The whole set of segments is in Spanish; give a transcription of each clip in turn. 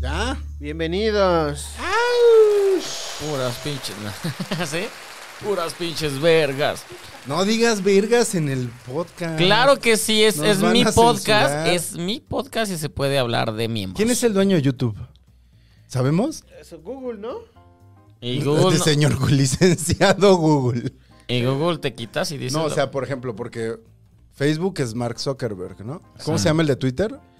¿Ya? Bienvenidos. Puras pinches. ¿Sí? Puras pinches vergas. No digas vergas en el podcast. Claro que sí, es, Nos es van mi a podcast. censurar. Es mi podcast y se puede hablar de miembros. ¿Quién es el dueño de YouTube? ¿Sabemos? Google, ¿no? Y Es Google, de no- señor Gu- licenciado Google. y Google te quitas y dices. No, o sea, por ejemplo, porque Facebook es Mark Zuckerberg, ¿no? ¿Cómo se llama el de Twitter?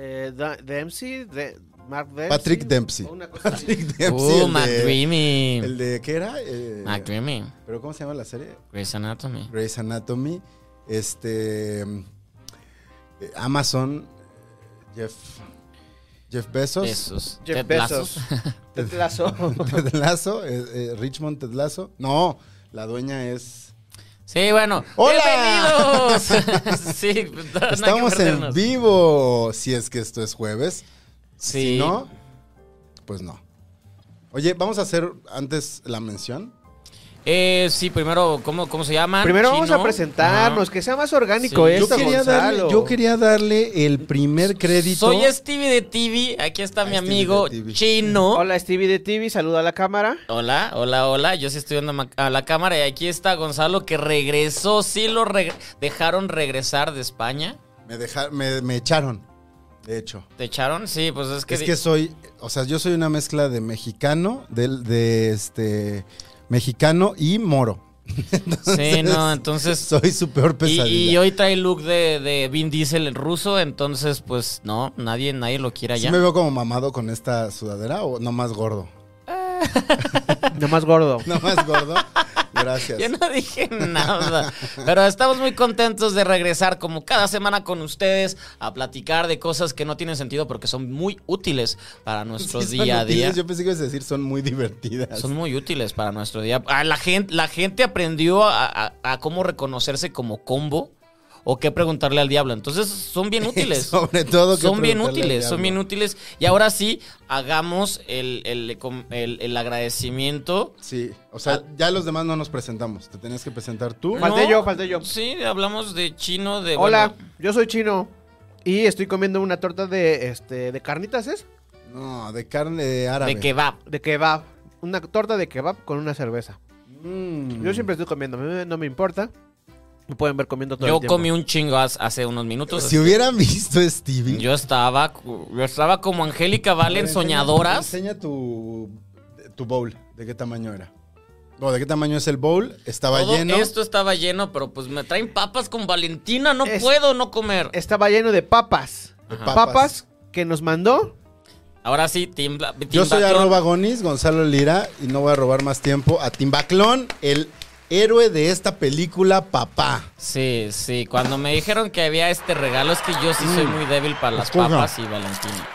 Eh, Da- Dempsey, de- Mark Dempsey. Patrick Dempsey. O una cosa así. Patrick Dempsey. Uh, el de, McDreamy. el de qué era? Eh, McDreamy. ¿Pero cómo se llama la serie? Grey's Anatomy. Grey's Anatomy. Este. eh, Amazon. eh, Jeff. Jeff Besos. Jeff Ted Bezos. Lazos. Ted Lasso. Ted Lasso, eh, eh, Richmond Ted Lasso. No, la dueña es. Sí, bueno. ¡Hola! ¡Bienvenidos! sí, pues, no hay que Estamos en perdernos. vivo. Si es que esto es jueves. Sí. Si no, pues no. Oye, vamos a hacer antes la mención. Eh, sí, primero, ¿cómo, cómo se llaman? Primero vamos Ah, Chino. a presentarnos, Ajá. que sea más orgánico Sí. Yo esto, quería, darle, Gonzalo. yo quería darle el primer crédito. Soy Stevie de TV. Aquí está mi Ah, Stevie amigo de TV. Chino. Hola, Stevie de TV, saluda a la cámara. Hola, hola, hola. Yo sí estoy viendo a ma- a la cámara y aquí está Gonzalo que regresó. Sí lo reg- dejaron regresar de España. Me, deja- me, me echaron, de hecho. ¿Te echaron? Sí, pues es que. Es que soy, o sea, yo soy una mezcla de mexicano, de, de este, mexicano y moro. sí, no, entonces. Soy su peor y, pesadilla. y hoy trae look de, de Vin Diesel el ruso, entonces, pues no, nadie, nadie lo quiere ¿Sí allá. me veo como mamado con esta sudadera o nomás gordo? Nomás gordo. Nomás gordo. Gracias. Yo no dije nada. Pero estamos muy contentos de regresar como cada semana con ustedes a platicar de cosas que no tienen sentido porque son muy útiles para nuestro Sí, son día a día. útiles, Yo pensé que ibas a decir son muy divertidas. Son muy útiles para nuestro día. Ah, la, gente, la gente aprendió a, a- a cómo reconocerse como combo o qué preguntarle al diablo. Entonces son bien útiles. Sobre todo que son bien preguntarle al útiles, son diablo. bien útiles. Y ahora sí, hagamos el, el- el- el agradecimiento. Sí, o Ah. sea, ya los demás no nos presentamos. Te tenías que presentar tú. Mal- Falté yo, falté yo. Sí, hablamos de chino, de... Hola, bueno, yo soy chino y estoy comiendo una torta de, este, de carnitas, ¿es? No, de carne árabe. de kebab. De kebab. Una torta de kebab con una cerveza. Mm. Yo siempre estoy comiendo, me- no me importa. Me pueden ver comiendo todo el Yo tiempo. comí un chingo hace- hace unos minutos. Si hubieran visto Stevie. Yo estaba, yo estaba como Angélica A ver, Valen, enseña- soñadoras. Enseña tu, tu bowl. ¿De qué tamaño era? No, ¿de qué tamaño es el bowl? Estaba Todo lleno. esto estaba lleno, pero pues me traen papas con Valentina, no Es- puedo no comer. Estaba lleno de papas. Ajá. papas. que nos mandó. Ahora sí, timbla, Yo soy timbaclón. arroba gonis, Gonzalo Lira, y no voy a robar más tiempo a Timbaclón, el héroe de esta película, papá. Sí, sí, cuando me dijeron que había este regalo es que yo sí soy muy débil para las Mm. Escoja. papas y Valentina.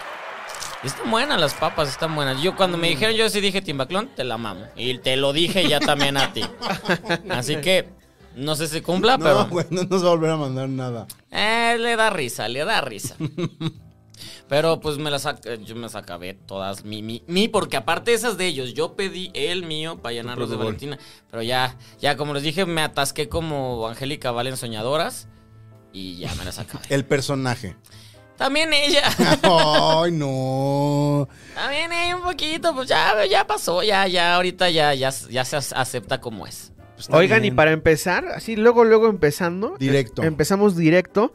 Están buenas las papas, están buenas. Yo cuando Mm. me dijeron, yo sí dije, Timbaclón, te la mamo. Y te lo dije ya también a ti. Así que, no sé si cumpla, pero... No, güey, no nos va a volver a mandar nada. Eh, le da risa, le da risa. Pero pues me las ac- yo me las acabé todas mi, mi, mi, porque aparte esas de ellos, yo pedí el mío para llenarlos de Super Bowl. Valentina. Pero ya, ya como les dije, me atasqué como Angélica Valen Soñadoras y ya me las acabé. El personaje. También ella, Ay, no. también ella un poquito, pues ya, ya pasó, ya, ya, ahorita ya, ya, ya se ac- acepta como es. Pues está Oigan, bien. y para empezar, así luego, luego empezando. Directo. eh, Empezamos directo.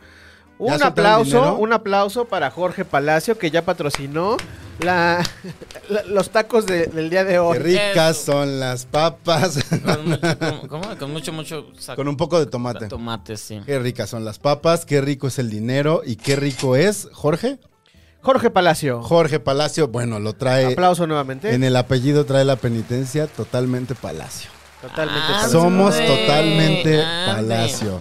Un soltaron dinero? aplauso, un aplauso para Jorge Palacio, que ya patrocinó la, la- los tacos de- del día de Qué hoy. ricas Eso. son las papas. Con mucho, con, ¿cómo? Con mucho, mucho sac- Con un poco de tomate. tomate, sí. Qué ricas son las papas, qué rico es el dinero y qué rico es, Jorge. Jorge Palacio. Jorge Palacio, bueno, lo trae aplauso nuevamente. en el apellido, trae la penitencia, totalmente Palacio. Totalmente. Ah, Palacio. Somos Ande, totalmente ande. Palacio.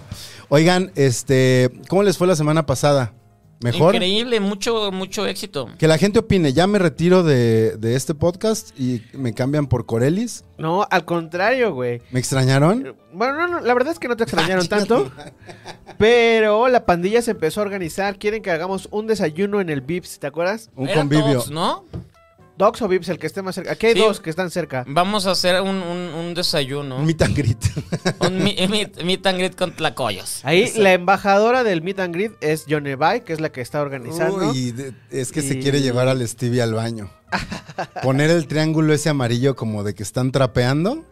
Oigan, este, ¿cómo les fue la semana pasada? ¿Mejor? Increíble, mucho, mucho éxito. Que la gente opine, ya me retiro de, de este podcast y me cambian por Corelis. No, al contrario, güey. ¿Me extrañaron? Bueno, no, no, la verdad es que no te extrañaron tanto. Pero la pandilla se empezó a organizar. Quieren que hagamos un desayuno en el Vips, ¿te acuerdas? Un Eran convivio. todos, ¿no? Dogs o Vips, el que esté más cerca. Aquí hay Sí. Mm, dos que están cerca. Vamos a hacer un, un- un desayuno. Un meet and greet. un mi- meet, meet and greet con tlacoyos. Ahí la embajadora del meet and greet es Yonevay, que es la que está organizando. Uy, de- es que se Y- quiere llevar al Stevie al baño. Poner el triángulo ese amarillo como de que están trapeando.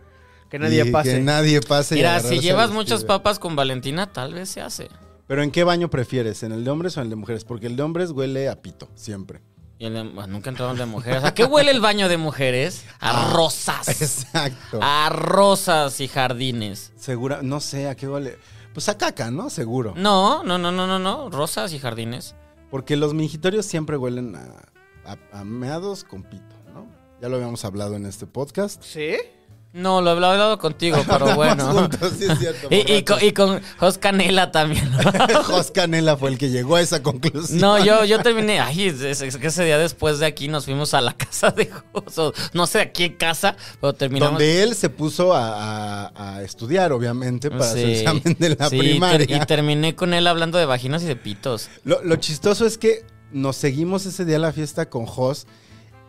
que nadie y pase. Que nadie pase. y Mira, agarrarse si llevas al muchas Stevie. papas con Valentina, tal vez se hace. Pero ¿en qué baño prefieres? ¿En el de hombres o en el de mujeres? Porque el de hombres huele a pito, siempre. Y el de- bueno, nunca entraron de mujeres. ¿A qué huele el baño de mujeres? A rosas. Exacto. A rosas y jardines. Segura, no sé a qué huele. Pues a caca, ¿no? Seguro. No, no, no, no, no, no. Rosas y jardines. Porque los mingitorios siempre huelen a, a, a meados con pito, ¿no? Ya lo habíamos hablado en este podcast. ¿Sí? No, lo he hablado- he hablado contigo, pero bueno. Juntos, sí es cierto, Y, y con, borrachos. y con Jos Canela también. Jos Canela fue el que llegó a esa conclusión. No, yo, yo terminé. Ay, es, es- es que ese día después de aquí nos fuimos a la casa de Jos. o No sé a qué casa, pero terminamos. Donde él se puso a, a- a estudiar, obviamente, para su Sí. examen de la Sí, y ter- primaria. y terminé con él hablando de vaginas y de pitos. Lo, lo chistoso es que nos seguimos ese día a la fiesta con Jos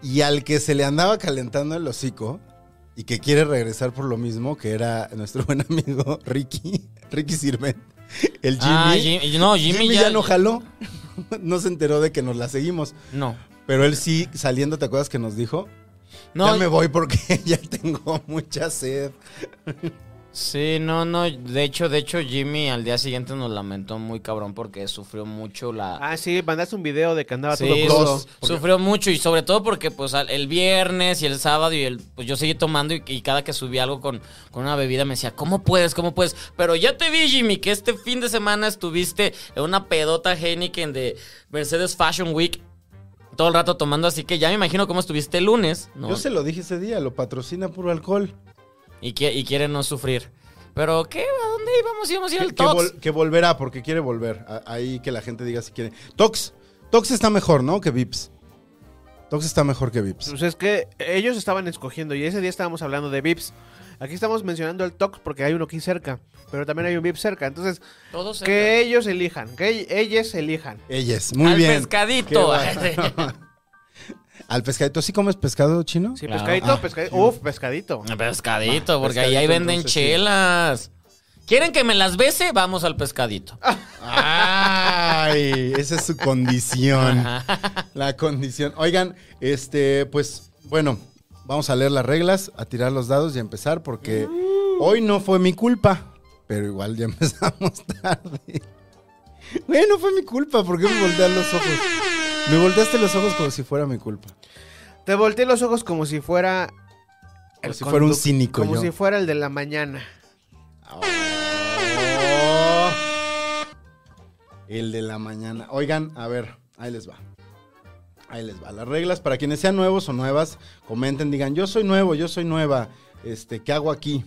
y al que se le andaba calentando el hocico y que quiere regresar por lo mismo, que era nuestro buen amigo Ricky, Ricky Sirven, el Jimmy. Ah, Jim- no, Jimmy, Jimmy, ya, no jaló, no se enteró de que nos la seguimos, No. pero él sí, saliendo, ¿te acuerdas que nos dijo? No, ya me voy porque ya tengo mucha sed. Sí, no, no. De hecho, de hecho, Jimmy al día siguiente nos lamentó muy cabrón porque sufrió mucho la. Ah, sí, mandaste un video de que andaba Sí, todo crudo. su- sufrió mucho y sobre todo porque pues al- el viernes y el sábado y el pues yo seguí tomando y, y cada que subí algo con, con una bebida me decía, ¿cómo puedes? ¿Cómo puedes? Pero ya te vi, Jimmy, que este fin de semana estuviste en una pedota Heineken de Mercedes Fashion Week todo el rato tomando, así que ya me imagino cómo estuviste el lunes, ¿no? Yo se lo dije ese día, lo patrocina puro alcohol. Y, qui- y quiere no sufrir. Pero ¿qué? ¿A dónde íbamos? Íbamos a ir Que- al que, Tox. vol- que volverá, porque quiere volver. A- ahí que la gente diga si quiere. Tox. Tox está mejor, ¿no? Que Vips. Tox está mejor que Vips. Pues es que ellos estaban escogiendo y ese día estábamos hablando de Vips. Aquí estamos mencionando el Tox porque hay uno aquí cerca, pero también hay un Vips cerca. Entonces, Todos que ellos elijan, que ellos elijan. Ellas, muy al bien. Qué pescadito. este. bárbaro. Al pescadito. ¿Sí comes pescado chino? Sí, Claro. Ah. pescadito, Ah, pescadito. sí. Uf, pescadito. pescadito, porque ahí, pescadito, ahí venden entonces, sí. chelas. ¿Quieren que me las bese? Vamos al pescadito. Ah. Ah. Ay, esa es su condición. La condición. Oigan, este, pues, bueno, vamos a leer las reglas, a tirar los dados y a empezar, porque hoy no fue mi culpa, pero igual ya empezamos tarde. Güey, no fue mi culpa, ¿por qué me volteas los ojos? Me volteaste los ojos como si fuera mi culpa. Te volteé los ojos como si fuera. Como si fuera un conduc- cínico Como yo. si fuera el de la mañana. Oh. El de la mañana. Oigan, a ver, ahí les va. Ahí les va. Las reglas para quienes sean nuevos o nuevas, comenten, digan, yo soy nuevo, yo soy nueva. Este, ¿qué hago aquí?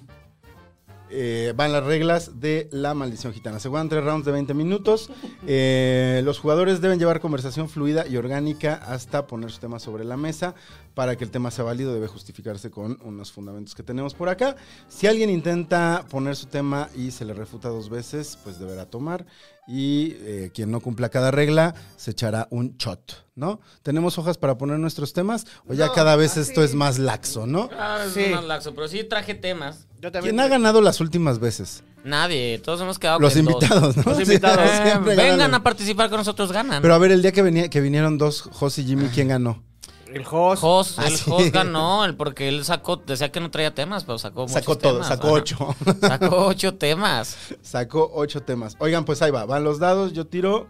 Eh, van las reglas de la maldición gitana. Se juegan tres rounds de 20 minutos. Eh, los jugadores deben llevar conversación fluida y orgánica hasta poner su tema sobre la mesa. Para que el tema sea válido debe justificarse con unos fundamentos que tenemos por acá. Si alguien intenta poner su tema y se le refuta dos veces, pues deberá tomar. Y eh, quien no cumpla cada regla se echará un shot, ¿no? Tenemos hojas para poner nuestros temas o ya cada vez esto es más laxo, ¿no? Ah, es Sí. más laxo, pero sí traje temas. Yo también. ¿Quién ha ganado las últimas veces? Nadie, todos hemos quedado Los con dos. invitados, ¿no? Los Sí, invitados. Eh, siempre ganan vengan los- a participar con nosotros, ganan. Pero a ver, el día que, venía, que vinieron dos, Jos y Jimmy, ¿quién ganó? El host. Jos, Ah, el sí. Jos ganó, el porque él sacó, decía que no traía temas, pero sacó muchos Sacó todo, temas, sacó ajá. ocho. Sacó ocho temas. Sacó ocho temas. Oigan, pues ahí va, van los dados, yo tiro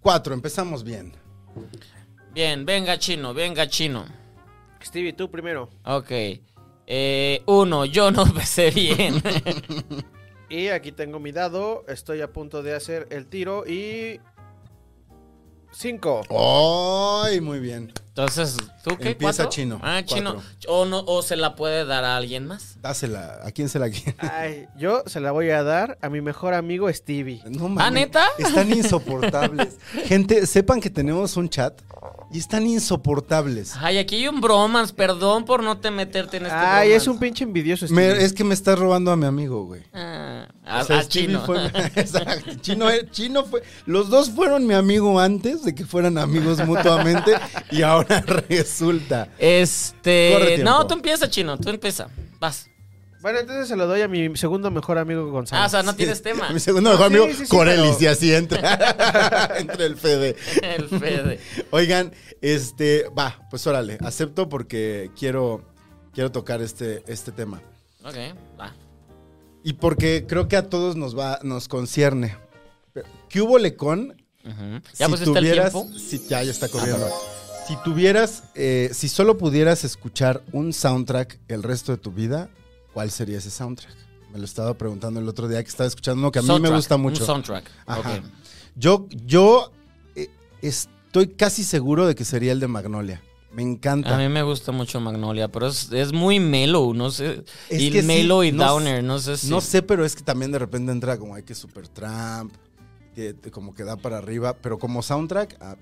cuatro, empezamos bien. Bien, venga chino, venga chino. Stevie, tú primero. Ok. Eh, uno, yo no besé bien. Y aquí tengo mi dado. Estoy a punto de hacer el tiro y. Cinco. ¡Ay, muy bien! Entonces, ¿tú qué? Empieza ¿Cuatro? chino. Ah, chino. Cuatro. O, no, o se la puede dar a alguien más. Dásela. ¿A quién se la quiere? Ay, yo se la voy a dar a mi mejor amigo Stevie. No, mames, ¿Ah, neta? Están insoportables. Gente, sepan que tenemos un chat y están insoportables. Ay, aquí hay un bromance. Perdón por no te meterte en este Ay, es un bromance. pinche envidioso Me- Stevie. es que me estás robando a mi amigo, güey. Ah, a, O sea, a Stevie chino. fue- exacto. Chino, eh, Chino fue. Los dos fueron mi amigo antes de que fueran amigos mutuamente y ahora resulta. Corre Este. tiempo. No, tú empieza, chino. Tú empieza. Vas. Bueno, entonces se lo doy a mi segundo mejor amigo Gonzalo. Ah, o sea, no tienes tema. Mi segundo mejor Sí, amigo, sí, sí, Corelis, pero- y así entra. entra el Fede. El Fede. Oigan, este, va, pues órale, acepto porque quiero, quiero tocar este, este tema. Ok, va. Y porque creo que a todos nos va, nos concierne. Pero, ¿Qué hubo lecón? Ujú. Ya si pusiste tuvieras, el tiempo. si- ya, ya está corriendo. si tuvieras, eh, si solo pudieras escuchar un soundtrack el resto de tu vida, ¿cuál sería ese soundtrack? Me lo estaba preguntando el otro día que estaba escuchando uno que a mí me Soundtrack, gusta mucho. Un soundtrack. Ajá. Ok. Yo, yo eh, estoy casi seguro de que sería el de Magnolia. Me encanta. A mí me gusta mucho Magnolia, pero es, es muy mellow, no sé. Es y que sí, mellow y no downer, no sé si. No sé, pero es que también de repente entra como hay que super Trump, que te- como que da para arriba, pero como soundtrack, ah,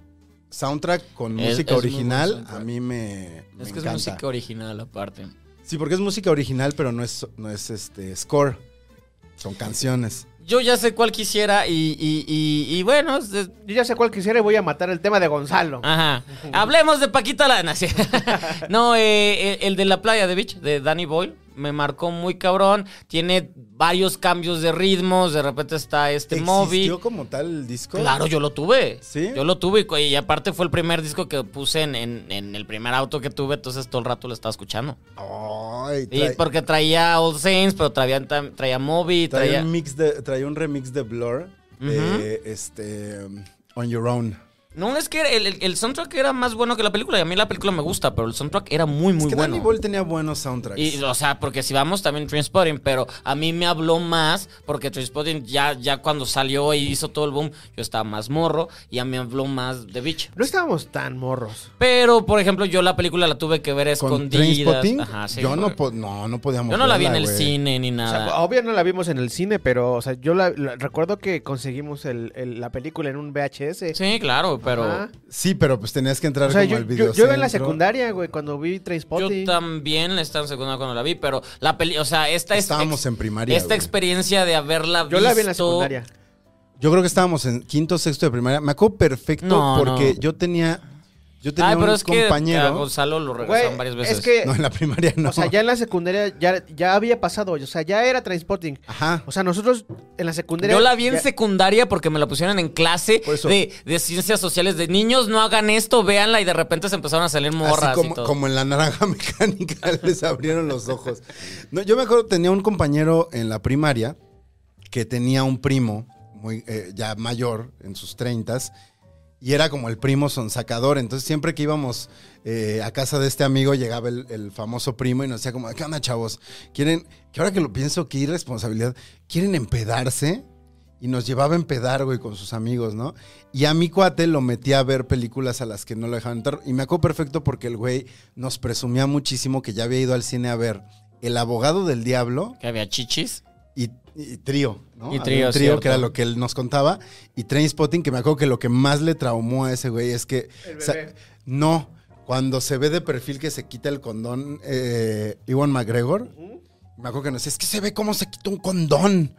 soundtrack con Es- música es muy buen original, soundtrack. a mí me, me Es que encanta. es música original aparte. Sí, porque es música original, pero no es, no es este score. Son canciones. Yo ya sé cuál quisiera y, y, y, y bueno. es de- Yo ya sé cuál quisiera y voy a matar el tema de Gonzalo. Ajá. Hablemos de Paquita la No, sí. No, eh, el, el de la playa de Beach, de Danny Boyle, me marcó muy cabrón. Tiene varios cambios de ritmos. De repente está este Moby. ¿Existió como tal el disco? Claro, yo lo tuve. ¿Sí? Yo lo tuve y co- y, aparte fue el primer disco que puse en, en- en el primer auto que tuve, entonces todo el rato lo estaba escuchando. Ay, Y trae- porque traía All Saints, pero traía, tam- traía Moby, trae traía... un mix de, trae un remix de Blur de este um, On Your Own. No, es que el, el- el soundtrack era más bueno que la película y a mí la película me gusta, pero el soundtrack era muy, muy es que Danny bueno. Boyle tenía buenos soundtracks. Y, o sea, porque si vamos también Trainspotting, pero a mí me habló más porque Trainspotting ya, ya cuando salió y hizo todo el boom, yo estaba más morro y a mí me habló más de bicho. No estábamos tan morros. Pero, por ejemplo, yo la película la tuve que ver con escondida. Trainspotting, Ajá, sí, yo por- no, po- no, no podíamos Yo no la vi en verla, el güey. cine ni O sea, nada. obvio no la vimos en el cine, pero o sea, yo la, la- recuerdo que conseguimos el- el- la película en un VHS. sí, claro, pero Ajá. Sí, pero pues tenías que entrar O sea, como yo, al yo- video. yo iba en la secundaria, güey, cuando vi yo Trainspotting. también estaba en segunda cuando la vi, pero la peli, o sea, esta es- Estábamos en primaria. esta güey. experiencia de haberla visto. Yo la vi en la secundaria. Yo creo que estábamos en quinto, sexto de primaria. Me acuerdo perfecto No, porque no. yo tenía, yo tenía Ay, Ah, pero un es que ah, pues, a compañero. Gonzalo lo Güey, regresaron varias veces. es que, No, en la primaria no. o sea, ya en la secundaria ya, ya había pasado, o sea, ya era Trainspotting. Ajá. pues, O sea, nosotros en la secundaria... yo la vi en ya- secundaria porque me la pusieron en clase Por eso. de, de ciencias sociales. De niños, no hagan esto, véanla. Y de repente se empezaron a salir morras Así como, y todo. como en la naranja mecánica les abrieron los ojos. No, yo me acuerdo, tenía un compañero en la primaria que tenía un primo muy eh, ya mayor, en sus treintas, y era como el primo sonsacador. Entonces siempre que íbamos eh, a casa de este amigo llegaba el, el famoso primo y nos decía como, ¿qué onda chavos? ¿Quieren, que ahora que lo pienso, qué irresponsabilidad, ¿quieren empedarse? Y nos llevaba a empedar, güey, con sus amigos, ¿no? Y a mi cuate lo metía a ver películas a las que no lo dejaban entrar. Y me acuerdo perfecto porque el güey nos presumía muchísimo que ya había ido al cine a ver El abogado del diablo Que había chichis. y, y Trío, ¿no? Y Había Trío, un Trío, cierto. que era lo que él nos contaba. Y Trainspotting, que me acuerdo que lo que más le traumó a ese güey es que... El o sea, bebé. no, cuando se ve de perfil que se quita el condón eh, Ewan McGregor, me acuerdo que nos decía, es que se ve cómo se quita un condón.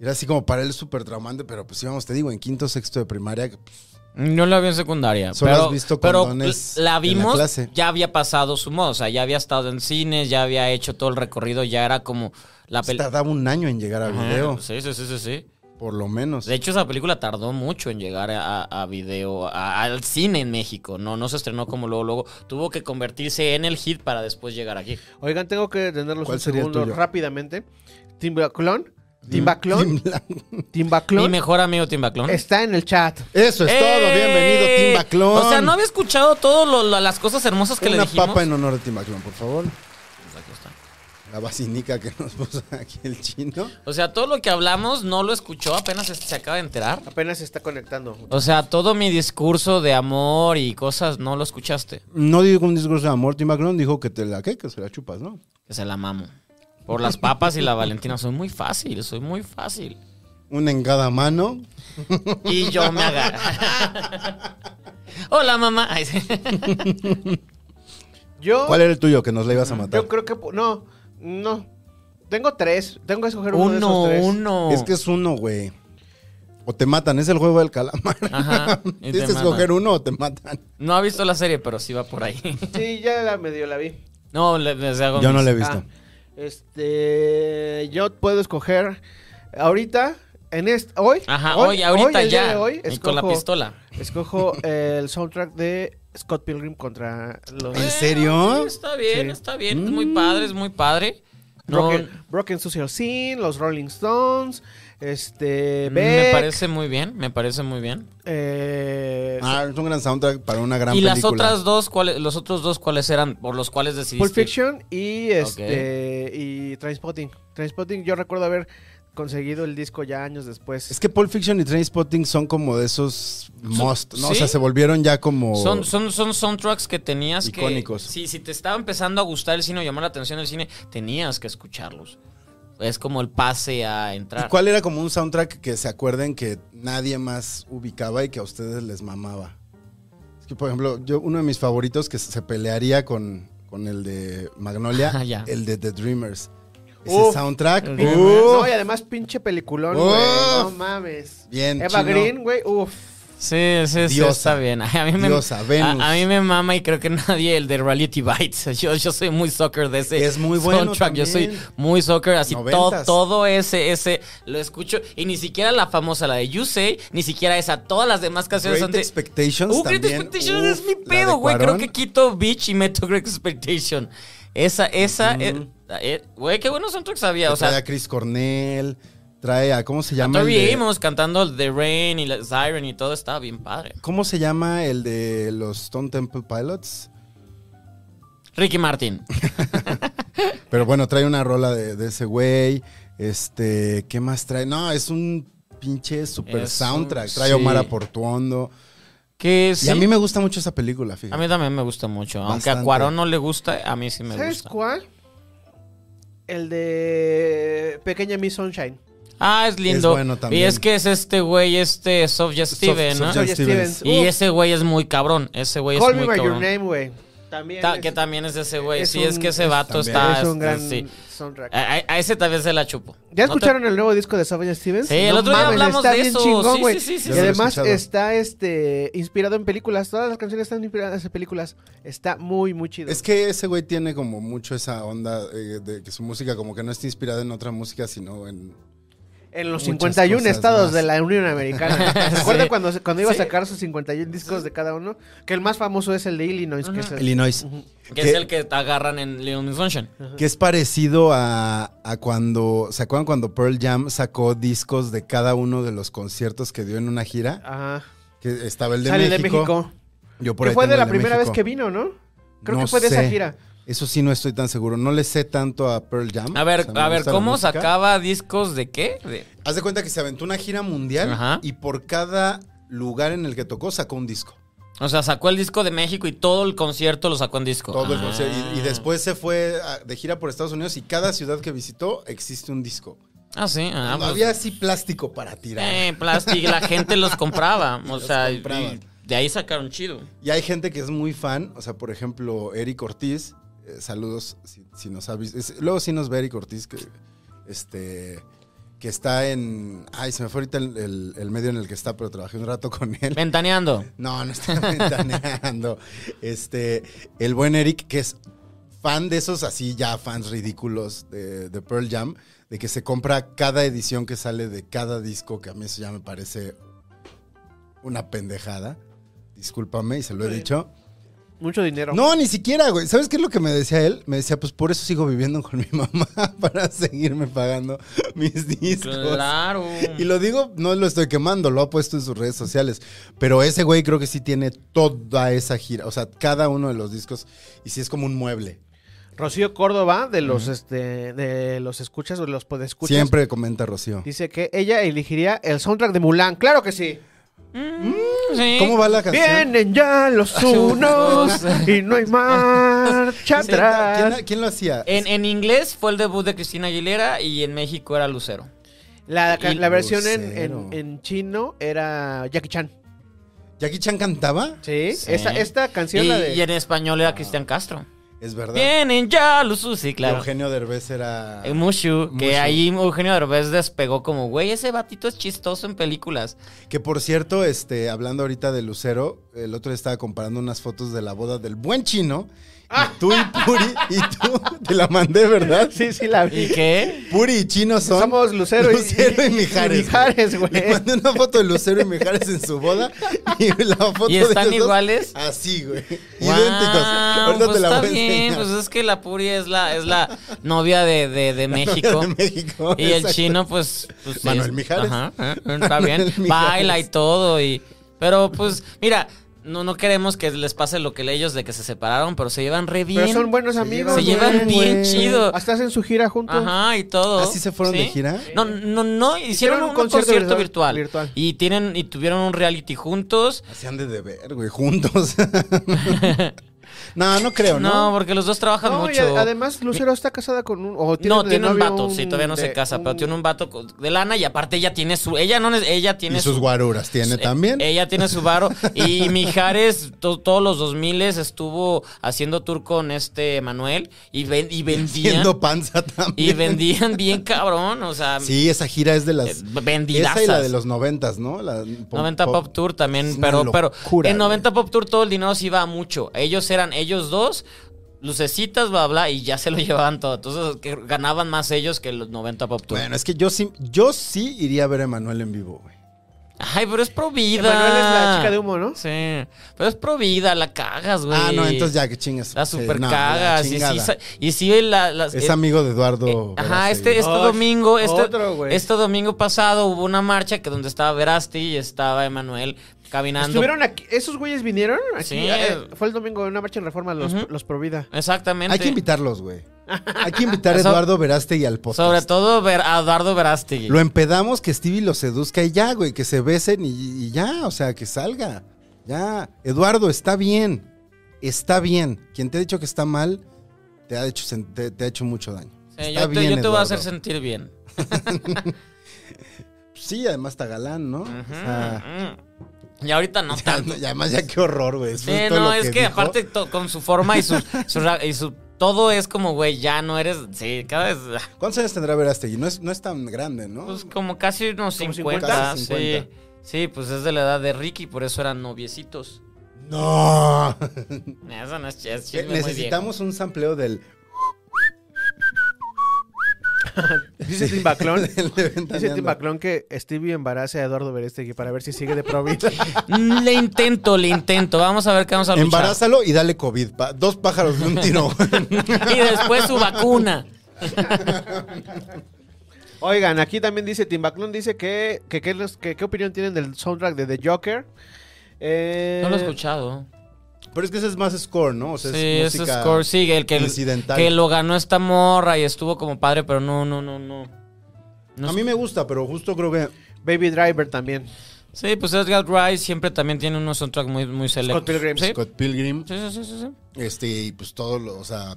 Y era así como para él súper traumante, pero pues íbamos, te digo, en quinto, sexto de primaria, pues, No la vi en secundaria. Solo pero, has visto pero condones la en la vimos, clase. ya había pasado su modo. O sea, ya había estado en cines, ya había hecho todo el recorrido, ya era como la Pues película. Tardaba un año en llegar a video, Sí, sí, sí, sí, sí. por lo menos. De hecho, esa película tardó mucho en llegar a, a video, a- al cine en México. No, no se estrenó como luego, luego. Tuvo que convertirse en el hit para después llegar aquí. Oigan, tengo que tenerlos ¿Cuál un sería el segundo tuyo? Mm. rápidamente. Timbaclón, Timbaclón, Mi Timbaclón mejor amigo Tim Baclón. está en el chat. Eso es todo, ¡Eh! bienvenido Tim Baclón. O sea, no había escuchado todas las cosas hermosas que Una le dijimos. papa en honor a Tim Baclón, por favor. Pues aquí está. La vacinica que nos puso aquí el chino. O sea, todo lo que hablamos no lo escuchó, apenas se- se acaba de enterar. Apenas se está conectando. O sea, todo mi discurso de amor y cosas no lo escuchaste. No digo un discurso de amor. Tim McGraw dijo que te la que, que se la chupas, ¿no? Que se la mamo. Por las papas y la Valentina. Soy muy fácil, soy muy fácil. Una en cada mano. Y yo me agarro. Hola, mamá. Ay, sí. Yo, ¿Cuál era el tuyo que nos la ibas a matar? yo creo que. po- No, no. Tengo tres. Tengo que escoger uno, de Uno, esos tres. uno. Es que es uno, güey. O te matan, es el juego del calamar. Ajá, y te Tienes que matan. escoger uno o te matan. No ha visto la serie, pero sí va por ahí. Sí, ya la medio la vi. No, le- les hago Yo no mis- la he visto. Ah, este, yo puedo escoger ahorita, en este, hoy. Ajá, hoy, ahorita el día de ya. hoy, y con la escojo- pistola. Escojo el soundtrack de Scott Pilgrim contra los ¿En serio? sí, Está bien, Sí. está bien. Es muy padre, es muy padre. Eh, No, Broken, Broken Social Scene, los Rolling Stones, este, Mm, me Beck, parece muy bien, me parece muy bien. eh, Ah, es un gran soundtrack para una gran ¿Y película. las otras dos, cuáles, los otros dos cuáles eran por los cuales decidiste? Pulp Fiction y este y Trainspotting. Trainspotting yo recuerdo haber conseguido el disco ya años después. Es que Pulp Fiction y Trainspotting son como de esos must, ¿no? O ¿sí? sea, se volvieron ya como... Son, son, son soundtracks que tenías que... Icónicos. Sí, si te estaba empezando a gustar el cine o llamar la atención el cine, tenías que escucharlos. Es como el pase a entrar. ¿Y cuál era como un soundtrack que se acuerden que nadie más ubicaba y que a ustedes les mamaba? Es que, por ejemplo, yo uno de mis favoritos que se pelearía con, con el de Magnolia, Ah, ya. el de The Dreamers. Ese Uf. soundtrack. El uf, Dreamers. no, y además pinche peliculón, güey. Uf. No mames. Bien, Eva chino. Green, güey. Uf. Sí, sí, sí, Diosa. está bien. A mí me, Diosa, a- Venus. A, mí me mama y creo que nadie el de Reality Bites. Yo, yo soy muy soccer de ese Es muy bueno soundtrack. Yo soy también. muy soccer, así todo, Noventas. todo ese, ese lo escucho. Y ni siquiera la famosa, la de You Say, ni siquiera esa. Todas las demás canciones Great son de... Expectations Uh, Great también. Expectations Uf, es mi la de pedo, güey. Creo Cuarón. que quito Beach y meto Great Expectation. Esa, esa... eh, eh, Güey, qué buenos soundtracks había. O trae sea, a Chris Cornell, trae a, ¿cómo se llama? el Tori de- Amos cantando The Rain y la Siren y todo estaba bien padre. ¿Cómo se llama el de los Stone Temple Pilots? Ricky Martin. Pero bueno, trae una rola de, de ese güey. Este, ¿qué más trae? No, es un pinche super Es un- soundtrack. Trae sí. Omar a Portuondo. Que sí. Y a mí me gusta mucho esa película, fíjate. también me gusta mucho. Aunque a Bastante. Cuarón no le gusta, a mí sí me ¿Sabes gusta. cuál? El de Pequeña Miss Sunshine. Ah, es lindo. Es bueno y también. es que es este güey, este Sofia Steven, ¿no? Sofía Sofía Stevens. Stevens. Y Uf. ese güey es muy cabrón. Ese güey es Call muy Me by Your cabrón. Name, güey. También. Ta- es- que también es de ese güey. es Sí, es un- que ese es vato también. está. es un gran sí. soundtrack. A, a- a ese también se la chupo. ¿Ya ¿No te- escucharon el nuevo disco de Sofía Stevens? Sí, el otro día hablamos está de bien eso. chingón, Sí, güey. sí, sí, sí, Yo no lo Y he además escuchado. está este inspirado en películas. Todas las canciones están inspiradas en películas. Está muy, muy chido. Es que ese güey tiene como mucho esa onda eh, de que su música como que no está inspirada en otra música, sino en... en los muchas 51 cosas estados más. de la Unión Americana. ¿Se Sí. acuerdan cuando, se- cuando iba Sí. a sacar sus 51 discos de cada uno? Que el más famoso es el de Illinois. que es el- Illinois. Que es el que te agarran en Little Miss Sunshine. Que es parecido a, a cuando. ¿Se acuerdan cuando Pearl Jam sacó discos de cada uno de los conciertos que dio en una gira? Ajá. Que estaba el de, Sale México. de México. Yo por Que ahí fue tengo de el la primera vez México. que vino, ¿no? Creo No que fue de esa sé. gira. Eso sí, no estoy tan seguro. No le sé tanto a Pearl Jam. A ver, O sea, me a ver, gusta la ¿cómo música. sacaba discos de qué? De- Haz de cuenta que se aventó una gira mundial Ajá. y por cada lugar en el que tocó sacó un disco. O sea, sacó el disco de México y todo el concierto lo sacó en disco. Todo el Ah. concierto. Y, y después se fue a- de gira por Estados Unidos y cada ciudad que visitó existe un disco. Ah, sí. ah, no pues- había así plástico para tirar. Eh, plástico, la gente los compraba. O Los sea, y compraba. de ahí sacaron chido. Y hay gente que es muy fan, o sea, por ejemplo, Eric Ortiz, eh, saludos si, si nos ha visto, es- luego sí nos ve Eric Ortiz, que, este, que está en, ay, se me fue ahorita el, el- el medio en el que está, pero trabajé un rato con él. Ventaneando. No, no está ventaneando. Este, el buen Eric, que es fan de esos así ya fans ridículos de, de Pearl Jam, de que se compra cada edición que sale de cada disco, que a mí eso ya me parece una pendejada. Discúlpame y se lo he dicho. Mucho dinero. No, ni siquiera, güey. ¿Sabes qué es lo que me decía él? Me decía, pues por eso sigo viviendo con mi mamá, para seguirme pagando mis discos. Claro. Y lo digo, no lo estoy quemando, lo ha puesto en sus redes sociales. Pero ese güey creo que sí tiene toda esa gira. O sea, cada uno de los discos. Y sí es como un mueble. Rocío Córdoba, de los este, de los escuchas o de los podescuchas, Siempre comenta Rocío. dice que ella elegiría el soundtrack de Mulan. ¡Claro que sí! Sí. ¿Cómo va la canción? Vienen ya los unos y no hay marcha ¿Quién, atrás. quién- quién lo hacía? En, en inglés fue el debut de Cristina Aguilera y en México era Lucero. La, ca- Y la versión en, grosero. en- en chino era Jackie Chan. ¿Jackie Chan cantaba? ¿Sí? Sí. Esta, esta canción, Y, la de... y en español era Cristian Castro. Es verdad. Vienen ya los Uzi, sí, claro. Eugenio Derbez era. Eh, Mushu, que Mushu. ahí Eugenio Derbez despegó como, güey, ese batito es chistoso en películas. Que por cierto, este, hablando ahorita de Lucero, el otro día estaba comparando unas fotos de la boda del buen chino. Y tú y Puri, y tú te la mandé, ¿verdad? Ah. Sí, sí, la vi. ¿Y qué? Puri y Chino son. Somos Lucero y- Lucero y, y- y Mijares. Mijares, güey. Le mandé una foto de Lucero y Mijares en su boda. Y la foto ¿Y de están ellos dos iguales? Así, güey. Guau, Idénticos. Ahorita pues te la está voy a bien, enseñar. pues es que la Puri es la, es la novia de, de- de México. de México, Y el exacto. chino, pues. pues, Manuel es- Mijares. Ajá, ah, está Manuel bien. Mijares. Baila y todo. Y, pero pues, mira, no, no queremos que les pase lo que a ellos de que se separaron, pero se llevan re bien. Pero son buenos amigos. se llevan güey. bien chido. Hasta hacen su gira juntos. Ajá, y todo. ¿Ah, sí se fueron de gira? No, no, no, hicieron, un, concierto, virtual, virtual. Y tienen, y tuvieron un reality juntos. Se han de deber, güey, juntos. no, no creo, No, ¿no? porque los dos trabajan No, y mucho. a- además Lucero está casada con un... o No, de tiene un novio vato, sí, todavía no se de- casa, pero un- tiene un vato co- de lana y aparte ella tiene su, ella no, ne- ella tiene y sus su- guaruras tiene eh, también. Ella tiene su varo y Mijares to- todos los 2000 estuvo haciendo tour con este Manuel y, ven- y vendían Siendo panza y también. vendían bien cabrón, o sea, Sí, esa gira es de eh, las. vendidazas. Esa y la de los noventas, ¿no? La 90 Pop, Tour Es también, una pero, pero locura, en güey. 90 Pop Tour todo el dinero se iba a mucho. Ellos eran ellos dos, lucecitas, bla, bla, y ya se lo llevaban todo. Entonces que ganaban más ellos que los 90 Pop Tour. Bueno, es que yo sí, yo sí iría a ver a Emanuel en vivo, güey. Ay, pero es pro vida. Manuel es la chica de humo, ¿no? Sí, pero es pro vida, la cagas, güey. Ah, no, entonces ya que chingas. La Sí, super no, la cagas. y sí, chingada. sa- y sí, la- las- es eh, amigo de Eduardo. Ajá, Verástegui. este, este Ay, domingo, este, otro, güey. este domingo pasado hubo una marcha que donde estaba Verasti y estaba Emanuel caminando. Estuvieron aquí, esos güeyes vinieron aquí. Sí. eh, Fue el domingo en una marcha en reforma los, Ujú. los Provida. Exactamente. Hay que invitarlos, güey. Hay que invitar a So- Eduardo Verástegui al podcast. Sobre todo ver a Eduardo Verástegui. Lo empedamos que Stevie lo seduzca y ya, güey, que se besen y, y ya, o sea, que salga. Ya, Eduardo, está bien. Está bien. Quien te ha dicho que está mal, te ha hecho, sen- te, te ha hecho mucho daño. Sí, Está yo, te, yo te voy a Eduardo. hacer sentir bien. Sí, además está galán, ¿no? O Ujú, sea, ujú. Mm. Y ahorita no Ah. ya, tanto. no, y además ya qué horror, güey. Sí, después de todo no, lo es que dijo. aparte to- con su forma y su, su ra- y su todo es como, güey, ya no eres, sí, cada vez, ¿Cuántos años tendrá Verástegui? No es, no es tan grande, ¿no? pues como casi unos Como 50. 50, sí. 50. Sí, pues es de la edad de Ricky, por eso eran noviecitos. No. Eso no es, ch- es Eh, chisme muy viejo. Necesitamos un sampleo del... Dice Tim Baclón. del de Dice Tim Ventaneando. Baclón que Stevie embaraza a Eduardo Berestegui para ver si sigue de Provida. Mm, Le intento, le intento. Vamos a ver qué vamos a luchar. Embarázalo y dale COVID. pa- dos pájaros de un tiro. Y después su vacuna. Oigan, aquí también dice Tim Baclón dice que, que, que los- que- qué opinión tienen del soundtrack de The Joker. Eh, No lo he escuchado. Pero es que ese es más score, ¿no? O sea, sí, es ese música score, sí, el que, incidental. que lo ganó esta morra y estuvo como padre, pero no, no, no, no. No A mí me gusta, pero justo creo que Baby Driver también. Sí, pues Edgar Rice siempre también tiene unos soundtracks muy, muy selectos. Scott Pilgrim. Sí, Scott Pilgrim, sí, sí, sí, sí, sí. este, y pues todo lo, o sea,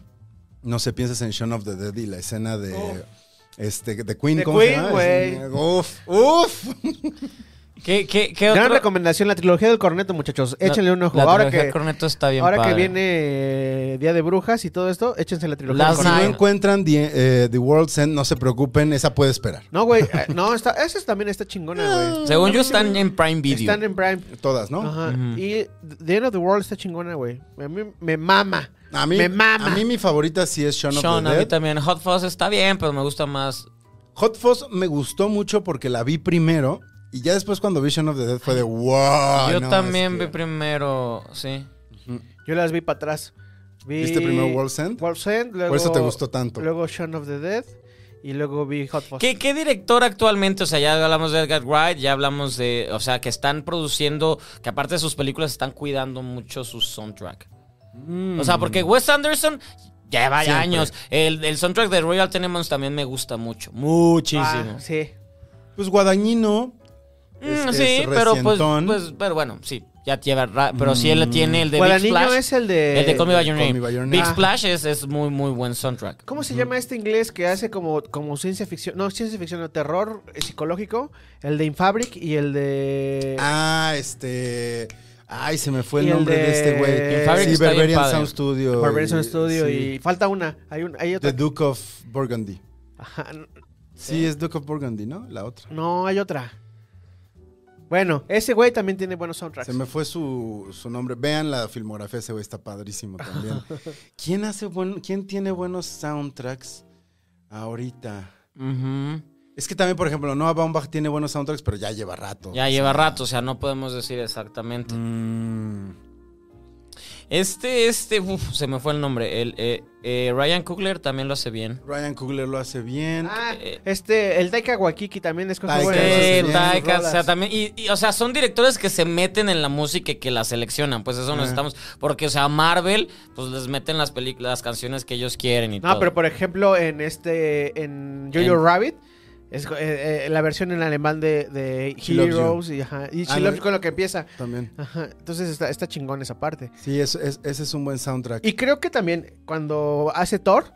no sé, piensas en Shaun of the Dead y la escena de, Oh. este, de Queen, De ¿cómo Queen, se llama? güey. Es- Uf, uf. ¿Qué, qué, qué Gran otro- recomendación, la trilogía del corneto, muchachos. Échenle un ojo. La ahora trilogía que, Cornetto está bien ahora que padre. viene eh, Día de Brujas y todo esto, échense la trilogía Last Si del no Night. corneto. encuentran The, eh, The World's End, no se preocupen, esa puede esperar. No, güey. eh, no, está, esa es- también está chingona, güey. Según yo están en Prime Video. Están en Prime. Todas, ¿no? Ajá. Ujú. Y The End of the World está chingona, güey. A mí me mama. A mí, me mama. a mí mi favorita sí es Shaun of Sean, the a mí Dead. también. Hot Fuzz está bien, pero me gusta más. Hot Fuzz me gustó mucho porque la vi primero y ya después cuando vi Shaun of the Dead fue de wow. yo Ah, no, también es que- vi primero, sí. Yo las vi para atrás. Vi ¿Viste primero World's End? World's End, luego, Por eso te gustó tanto. Luego Shaun of the Dead y luego vi Hot Fuzz. ¿Qué, ¿Qué director actualmente? O sea, ya hablamos de Edgar Wright, ya hablamos de. O sea, que están produciendo. Que aparte de sus películas, están cuidando mucho su soundtrack. O sea, porque Wes Anderson Lleva Mm. Siempre. años. El, el soundtrack de Royal Tenenbaums también me gusta mucho. Muchísimo. Ah, sí. Pues Guadañino. Mm, es- es sí, pero pues, recientón. Mm. pues, pero bueno, sí, ya lleva, ra- pero sí él tiene el de Big Guadagnino Splash, es el de- el de Call Me by Your Call Name. Me By Your Big Name. Splash es, es muy muy buen soundtrack. ¿Cómo se llama este inglés que hace como, como ciencia ficción? No, ciencia ficción, no, terror eh, psicológico. El de Infabric y el de. Ah, este. Ay, se me fue el Y el nombre de, de- este El Fabric güey. Sí, está bien Barbarian padre. Sound Studio. Barbarian y- Studio sí. y falta una. Hay, un, hay otra. The Duke of Burgundy. Ajá, Sí, es Duke of Burgundy, ¿no? La otra. no, hay otra. Bueno, ese güey también tiene buenos soundtracks. Se me fue su, su nombre. Vean la filmografía, ese güey está padrísimo también. ¿Quién hace buen, quién tiene buenos soundtracks ahorita? Ujú. Es que también, por ejemplo, Noah Baumbach tiene buenos soundtracks, pero ya lleva rato. Ya lleva rato, o sea, no podemos decir exactamente. Mm, Este, este, uf, se me fue el nombre. El, eh, eh, Ryan Coogler también lo hace bien. Ryan Coogler lo hace bien. Ah, Eh, este, el Taika Waikiki también es cosa Taika, buena. eso Eh, Pues, sí, bien, Taika, rolas. o sea, también, y, y, o sea, son directores que se meten en la música y que la seleccionan, pues eso Ah. necesitamos, porque, o sea, Marvel, pues les meten las películas, las canciones que ellos quieren y No, todo. pero por ejemplo, en este, en Jojo En- Rabbit, es eh, eh, la versión en alemán de, de She Loves You. Heroes y, ajá, y She Ah, la- Loves You con lo que empieza. También. Ajá, entonces está, está chingón esa parte. Sí, es- es- ese es un buen soundtrack. Y creo que también cuando hace Thor,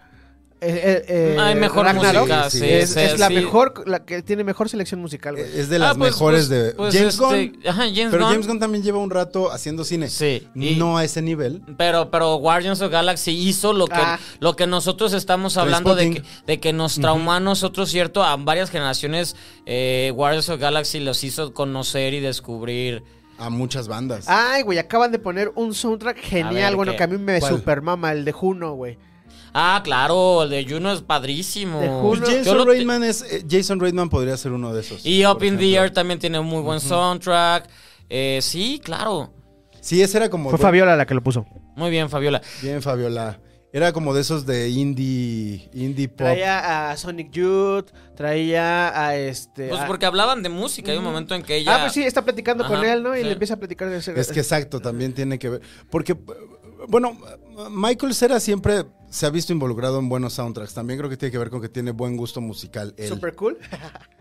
eh, eh, eh, Hay mejor Ragnarok, música, sí, sí. sí. es, sí, es la sí. mejor, la que tiene mejor selección musical, güey. Eh, es de las Ah, pues, mejores pues, de pues, James este, Gunn. Ajá, James Pero Gunn. James Gunn también lleva un rato haciendo cine. Sí, y- No a ese nivel. Pero, pero Guardians of Galaxy hizo lo que, Ah. lo que nosotros estamos hablando de que, Trainspotting. de que nos traumó a nosotros, ¿cierto? A varias generaciones, eh, Guardians of Galaxy los hizo conocer y descubrir. A muchas bandas. Ah, Ay, güey, acaban de poner un soundtrack genial, ver, bueno, ¿qué? que a mí me ¿Cuál? super mama, el de Juno, güey. Ah, claro, el de Juno es padrísimo. De Pues Juno. Yo lo Jason te- Reitman es. eh, Jason Reitman podría ser uno de esos. Y Up por in the ejemplo. Air también tiene muy buen soundtrack. Eh, sí, claro. Sí, ese era como. Fue de- Fabiola la que lo puso. Muy bien, Fabiola. Bien, Fabiola. Era como de esos de indie. Indie pop. Traía a Sonic Youth, traía a este... Pues a- porque hablaban de música. Hay un momento en que ella. Ah, pues sí, está platicando Ajá, con él, ¿no? Y sí. le empieza a platicar de ese- Es que exacto, también tiene que ver. Porque, bueno, Michael Cera siempre se ha visto involucrado en buenos soundtracks. También creo que tiene que ver con que tiene buen gusto musical. Él. Super cool.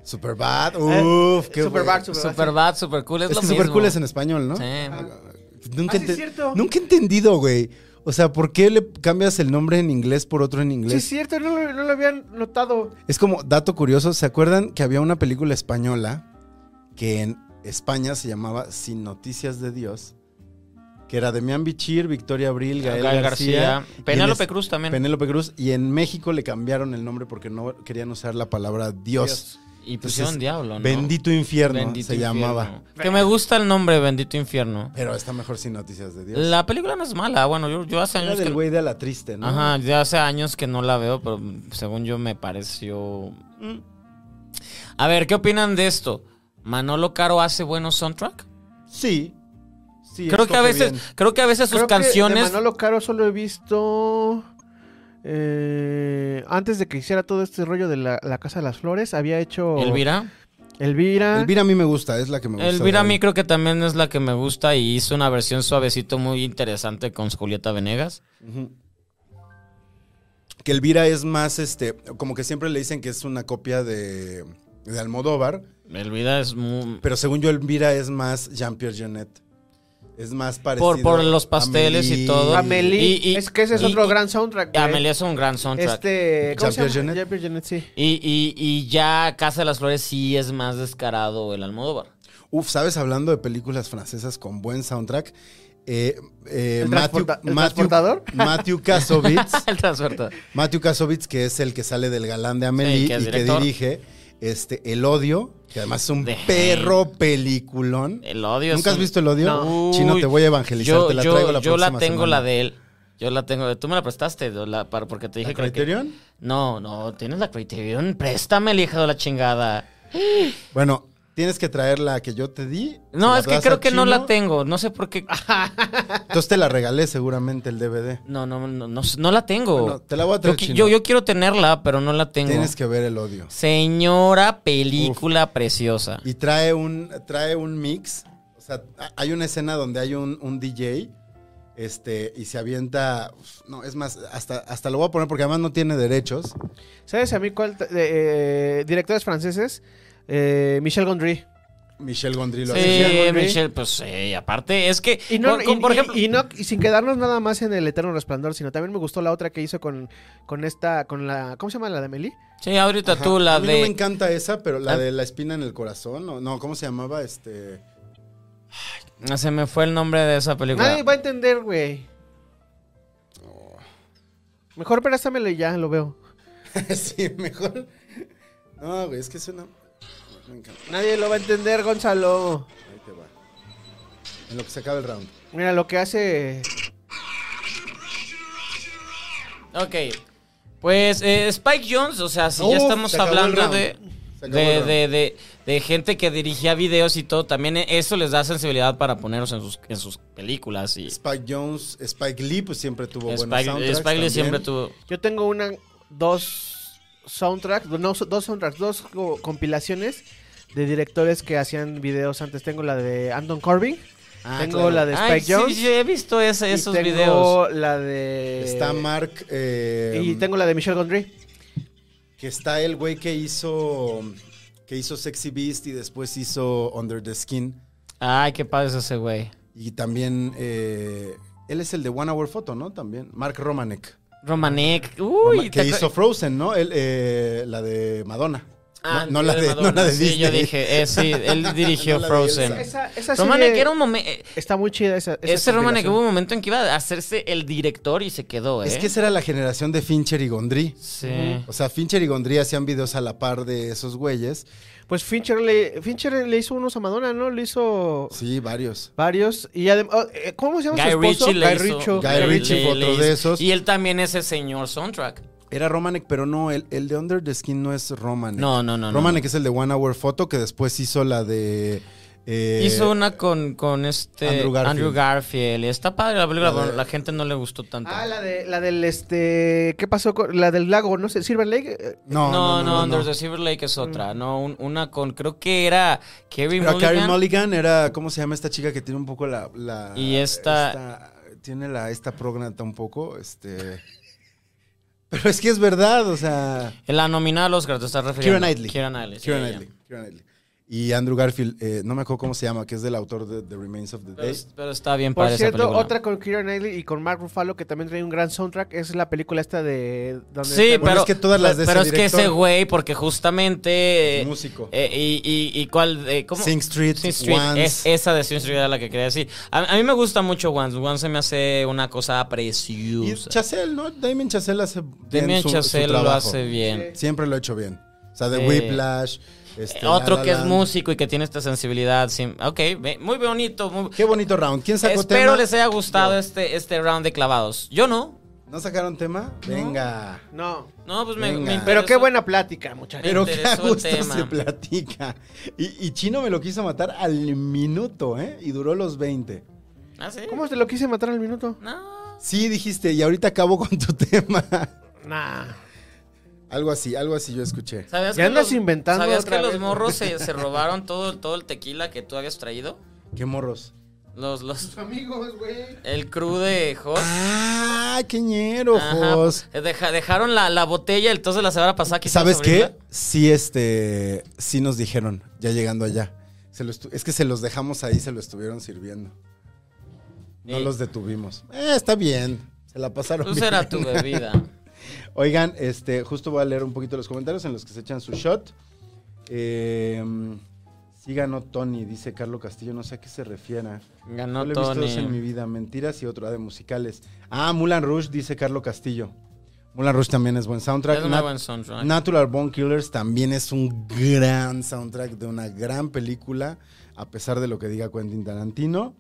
Superbad. Uf, qué Superbad, bueno. Superbad. Superbad, super cool. Es, Es lo que mismo. super cool es en español, ¿no? Sí. Nunca, Ah, sí, ente- es cierto. nunca he entendido, güey. O sea, ¿por qué le cambias el nombre en inglés por otro en Sí, es inglés? cierto, no, lo- no lo habían notado. Es como dato curioso, ¿se acuerdan que había una película española que en España se llamaba Sin Noticias de Dios? Que era de Mian Bichir, Victoria Abril, Gael, Ah, Gael García, García. y en Penélope es- Cruz también. Penélope Cruz. Y en México le cambiaron el nombre porque no querían usar la palabra Dios. y pusieron Entonces, Diablo, ¿no? Bendito Infierno Bendito se Infierno. llamaba. Que me gusta el nombre Bendito Infierno. Pero está mejor Sin Noticias de Dios. La película no es mala. Bueno, yo, yo hace Era años que. del güey de la triste, ¿no? Ajá, ya hace años que no la veo, pero según yo me pareció. A ver, ¿qué opinan de esto? ¿Manolo Caro hace buenos soundtrack? Sí. Sí, creo que a escoge veces, bien. creo que a veces sus Creo que canciones. De Manolo Caro solo he visto. eh, antes de que hiciera todo este rollo de la, la Casa de las Flores, había hecho. Elvira. Elvira. Elvira a mí me gusta, es la que me gusta. Elvira a de mí él. creo que también es la que me gusta y hizo una versión suavecito muy interesante con Julieta Venegas. Ujú. Que Elvira es más, este, como que siempre le dicen que es una copia de, de Almodóvar, Elvira es muy... pero según yo Elvira es más Jean-Pierre Jeunet. Es más parecido. Por- por los a pasteles y todo. Amelie. Y- y- es que ese es y- otro y- gran soundtrack. güey. Amelie es un gran soundtrack. Este. ¿Cómo se llama? Jean-Pierre Jeunet. Jean-Pierre Jeunet, sí. Y, y- y ya Casa de las Flores sí es más descarado el Almodóvar. Uf, ¿sabes? Hablando de películas francesas con buen soundtrack, eh, eh, ¿El Matthew, transporta- Matthew- el transportador? Matthew Kassovitz. el transporte. Matthew Kassovitz, que es el que sale del galán de Amelie Sí, que es y que director. dirige este, El Odio, que además es un De- perro peliculón. El odio. ¿Nunca es has un- visto El Odio? No. Chino, te voy a evangelizar, Yo, te la yo- traigo la yo la próxima tengo semana. la de él. Yo la tengo. Tú me la prestaste do- la- para- porque te dije ¿La que la que- Criterion? No, no, tienes la Criterion. Préstame el hija de la chingada. Bueno, tienes que traer la que yo te di. No, la es que das creo a que no Chino, Ah. la tengo. No sé por qué. Entonces te la regalé seguramente el DVD. No, no, no, no, no la tengo. Bueno, te la voy a Oh. yo, traer, qui- Chino. yo, yo quiero tenerla, pero no la tengo. Tienes que ver El Odio. Señora película preciosa. Y trae un, trae un mix. O sea, ha- hay una escena donde hay un, un DJ Este, y se avienta. uf, No, es más, hasta, hasta lo voy a poner porque además no tiene derechos. ¿Sabes a mí cuál? t- de, eh, directores franceses. Eh, Michel Gondry. Michel Gondry lo Sí, hace. Michelle Gondry. Michelle, pues sí, aparte es que, Y, no, con- con- y- por y- ejemplo, y no- y sin quedarnos nada más en el Eterno Resplandor, sino también me gustó la otra que hizo con, con esta, con la, ¿cómo se llama la de Amélie? sí, ahorita Ajá. tú la A mí no me de... encanta esa, pero la Ah. de la espina en el corazón. No, no ¿cómo se llamaba? Este. Ah, se me fue el nombre de esa película. Nadie va a entender, güey. Oh. Mejor préstamelo y ya lo veo. sí, mejor. No, güey, es que es una. Me encanta. Nadie lo va a entender, Gonzalo. Ahí te va. En lo que se acaba el round. Mira lo que hace. Ok. Pues eh, Spike Jones, o sea, si ya Uf, estamos se acabó el hablando round. de, Se acabó de, el de, de- de gente que dirigía videos y todo, también eso les da sensibilidad para ponerlos en sus, en sus películas. Y Spike Jones, Spike Lee, pues siempre tuvo buenos Spike, soundtracks. Spike Lee también. siempre tuvo... Yo tengo una, dos soundtracks, no, dos soundtracks, dos co- compilaciones de directores que hacían videos antes. Tengo la de Anton Corbin, Ah, tengo claro. la de Spike Ay, sí, Jones. sí, he visto ese- y esos tengo videos. la de. Está Mark. eh, Y tengo la de Michelle Gondry. Que está el güey que hizo. Que hizo Sexy Beast y después hizo Under the Skin. Ay, qué padre es ese güey. Y también. eh, él es el de One Hour Photo, ¿no? También. Mark Romanek. Romanek. Uy, Roma- que te- hizo Frozen, ¿no? Él, eh, la de Madonna. Ah, no, no la de, no Madonna. la de sí, Disney. yo dije, eh, sí, él dirigió No la de Frozen. Elsa. Esa, esa Romanek serie era un momento... Está muy chida esa. esa Ese Romanek compilación. hubo un momento en que iba a hacerse el director y se quedó, ¿eh? Es que esa era la generación de Fincher y Gondry. Sí. O sea, Fincher y Gondry hacían videos a la par de esos güeyes. Pues Fincher le, Fincher le hizo unos a Madonna, ¿no? Le hizo Sí, varios. varios. Y además. ¿Cómo se llama Guy su esposo? Ritchie le hizo. Ritchie. Guy Ritchie fue otro hizo- de esos. Mm. Y él también es el señor soundtrack. Era Romanek, pero no, el, el de Under the Skin no es Romanek. No, no, no. no. Romanek es el de One Hour Photo, que después hizo la de. eh, Hizo una con, con este Andrew Andrew Garfield. Garfield. Está padre la película, La de- pero la gente no le gustó tanto. Ah, la, de, la del este. ¿Qué pasó con la del lago? No sé, Silver Lake. eh, No, no, no. no, Under the Silver Lake Mm. es otra. No, un- una con, creo que era Kerry Pero Mulligan. Carrie Mulligan era, ¿cómo se llama esta chica que tiene un poco la. la- Y esta- Tiene la esta prógnata un poco, este. Pero es que es verdad, o sea. La nominada al Oscar, te estás refiriendo. Kira Knightley. Kira Knightley. sí, Keira ella. Knightley, Keira Knightley. Y Andrew Garfield, eh, no me acuerdo cómo se llama, que es del autor de The Remains of the Pero, Day. es- pero está bien Por padre esa cierto, película. otra con Keira Knightley y con Mark Ruffalo que también trae un gran soundtrack es la película esta de. Donde Sí, Bueno, pero, es que todas las de pero ese es que ese director- güey, porque justamente... eh, Músico. eh, y, y, y cuál... eh, ¿cómo? Sing Street, Sin Street, Once. es- esa de Sin Street era la que quería decir. A, a mí me gusta mucho Once. Once se me hace una cosa Y preciosa. Chazelle, ¿no? Damien Chazelle hace bien Damien su- su Chazelle lo trabajo. hace bien. Siempre lo ha hecho bien. O sea, de Sí. Whiplash. este, Eh, Otro La La que es Land. músico y que tiene esta sensibilidad. sí. Ok, ve- muy bonito. muy- Qué bonito round. ¿Quién sacó Espero tema? les haya gustado este, este round de clavados. Yo no. ¿No sacaron tema? Venga. No. No, pues me, Venga. me interesó. Pero qué buena plática, muchachos. Pero interesó qué a el gusto tema. se platica. Y, y Chino me lo quiso matar al minuto, ¿eh? Y duró los 20. ¿Ah, sí? ¿Cómo te lo quise matar al minuto? No. Sí, dijiste, y ahorita acabo con tu tema. Nah. algo así, algo así yo escuché. ¿Sabías Ya que andas los- inventando ¿Sabías otra que los vez? morros se, se robaron todo, todo el tequila que tú habías traído? Qué morros. Los, los, Amigos, güey. el crew de Jos. ¡Ah, qué Ajá, ñerojos! pues, deja- dejaron la, la botella, entonces la semana pasada quisimos ¿Sabes qué? abrirla. Sí, este, sí nos dijeron, ya llegando allá. Se lo estu- es que se los dejamos ahí, se lo estuvieron sirviendo. No Sí. los detuvimos. Eh, está bien. Se la pasaron Pues bien. era tu bebida. Oigan, este, justo voy a leer un poquito los comentarios en los que se echan su shot. Eh, sí ganó Tony, dice Carlos Castillo, no sé a qué se refiera. Ganó Solo he visto dos en mi Tony. vida, mentiras y otra de musicales. Ah, Mulan Rush, dice Carlos Castillo. Mulan Rush también es buen soundtrack. Es muy Nat- buen soundtrack. Natural Bone Killers también es un gran soundtrack de una gran película, a pesar de lo que diga Quentin Tarantino.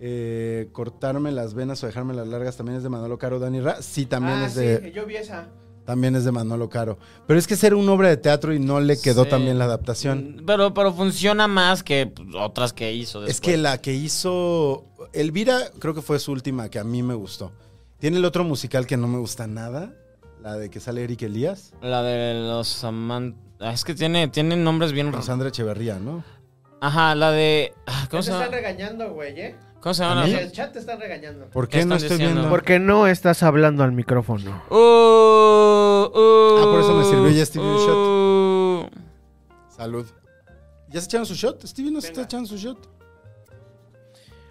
Eh, cortarme las venas o dejarme las largas también es de Manolo Caro, Dani Ra. Sí, también es de Ah, yo vi esa. también es de Manolo Caro. Pero es que ser una obra de teatro y no le quedó Sí. Mm, también la adaptación. Pero, pero funciona más que pues, otras que hizo. Es que la que hizo Elvira creo que fue su última que a mí me gustó. Tiene el otro musical que no me gusta nada, la de que sale Eric Elías, La de los amantes. Es que tiene, tiene nombres bien con raros. Sandra Echeverría, ¿no? Ajá, la de. ah, ¿Cómo se llama? regañando, güey, ¿eh? ¿Cómo se llama? la- El chat te está regañando. ¿Por ¿Qué qué no están estoy diciendo? viendo? Porque no estás hablando al micrófono. Uh, uh, Ah, por eso me sirvió ya Stevie un uh. Salud. ¿Ya se echaron su shot? Stevie no se está echando su shot.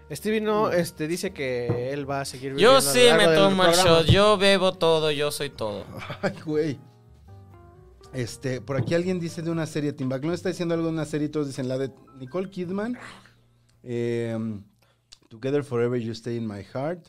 Stevie no este, dice que él va a seguir viviendo Yo a lo sí largo me del tomo el programa. shot, yo bebo todo, yo soy todo. Ay, güey. Este, por aquí alguien dice de una serie, Timbaclón está diciendo algo de una serie, todos dicen la de Nicole Kidman. eh, Together Forever You Stay in My Heart.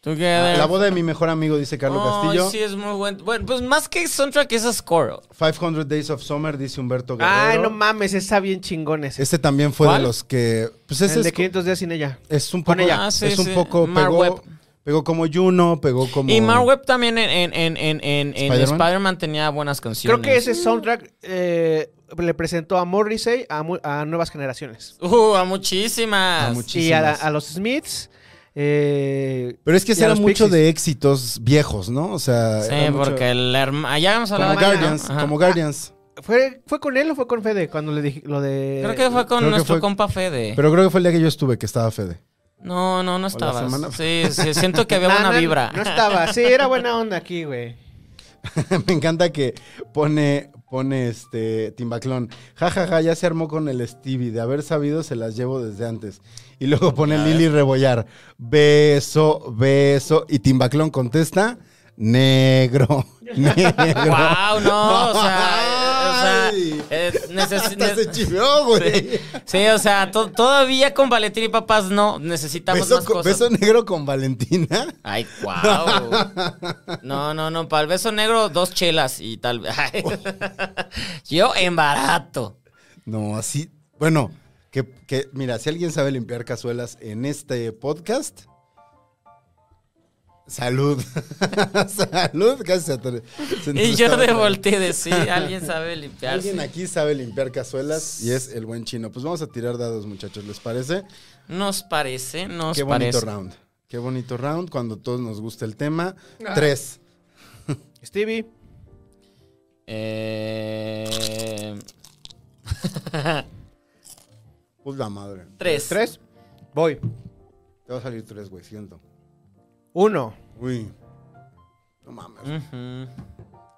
Together. Ah, La boda de mi mejor amigo, dice Carlos Ay, Castillo. sí, es muy bueno. Bueno, pues más que soundtrack es score. 500 Days of Summer, dice Humberto Guerrero. Ay, no mames, está bien chingón ese. Este también fue ¿Cuál? de los que. Pues ese el de es, 500 días sin ella. es un Con poco. ella. Ah, sí, es un sí. poco. Mar Pegó, Webb. pegó como Juno, pegó como. Y Mark Webb también en, en, en, en, en- en ¿Spider-Man? Spider-Man tenía buenas canciones. Creo que ese soundtrack eh, le presentó a Morrissey a, mu- a nuevas generaciones. Uh, a muchísimas. A much- Y a, la- Muchísimas. a los Smiths. eh, Pero es que ese y a era los mucho Pixies. de éxitos viejos, ¿no? O sea. Sí, era mucho- porque el ah, hermano. Allá hemos Como hablado de- Guardians. Ajá. Como Guardians. ¿Fue, ¿Fue con él o fue con Fede cuando le dije lo de. Creo que fue con Creo que nuestro fue- compa Fede. Pero creo que fue el día que yo estuve, que estaba Fede. No, no, no estabas. semana- Sí, sí, siento que había Ah, No, una no, vibra. No estaba. Sí, era buena onda aquí, güey. Me encanta que pone. Pone este Timbaclón. Ja, ja, ja, ya se armó con el Stevie. De haber sabido, se las llevo desde antes. Y luego pone Lili Rebollar. Beso, beso. Y Timbaclón contesta. Negro, negro. Wow, no, o sea, Ay. eh, o sea, eh, necesi- Hasta se ne- chivió, güey. Sí, o sea, to- todavía con Valentín y papás no necesitamos Beso, más co- cosas. beso negro con Valentina. Ay, wow. No, no, no, para el beso negro dos chelas y tal vez. Ay. Yo en barato. No, así. Bueno, que, que- mira, si alguien sabe limpiar cazuelas en este podcast. Salud. salud, casi se ator- se nos Y yo estaba de trabando. volteé de sí, alguien sabe limpiarse. Alguien aquí sabe limpiar cazuelas y es el buen chino. Pues vamos a tirar dados, muchachos, ¿les parece? Nos parece, nos Qué bonito parece. round. Qué bonito round cuando todos nos gusta el tema. Tres. Stevie. Eh, Puta Pues madre. tres. Tres. Voy. Te va a salir tres, güey, siento. Uno. Uy. No mames. Ujú. Mm.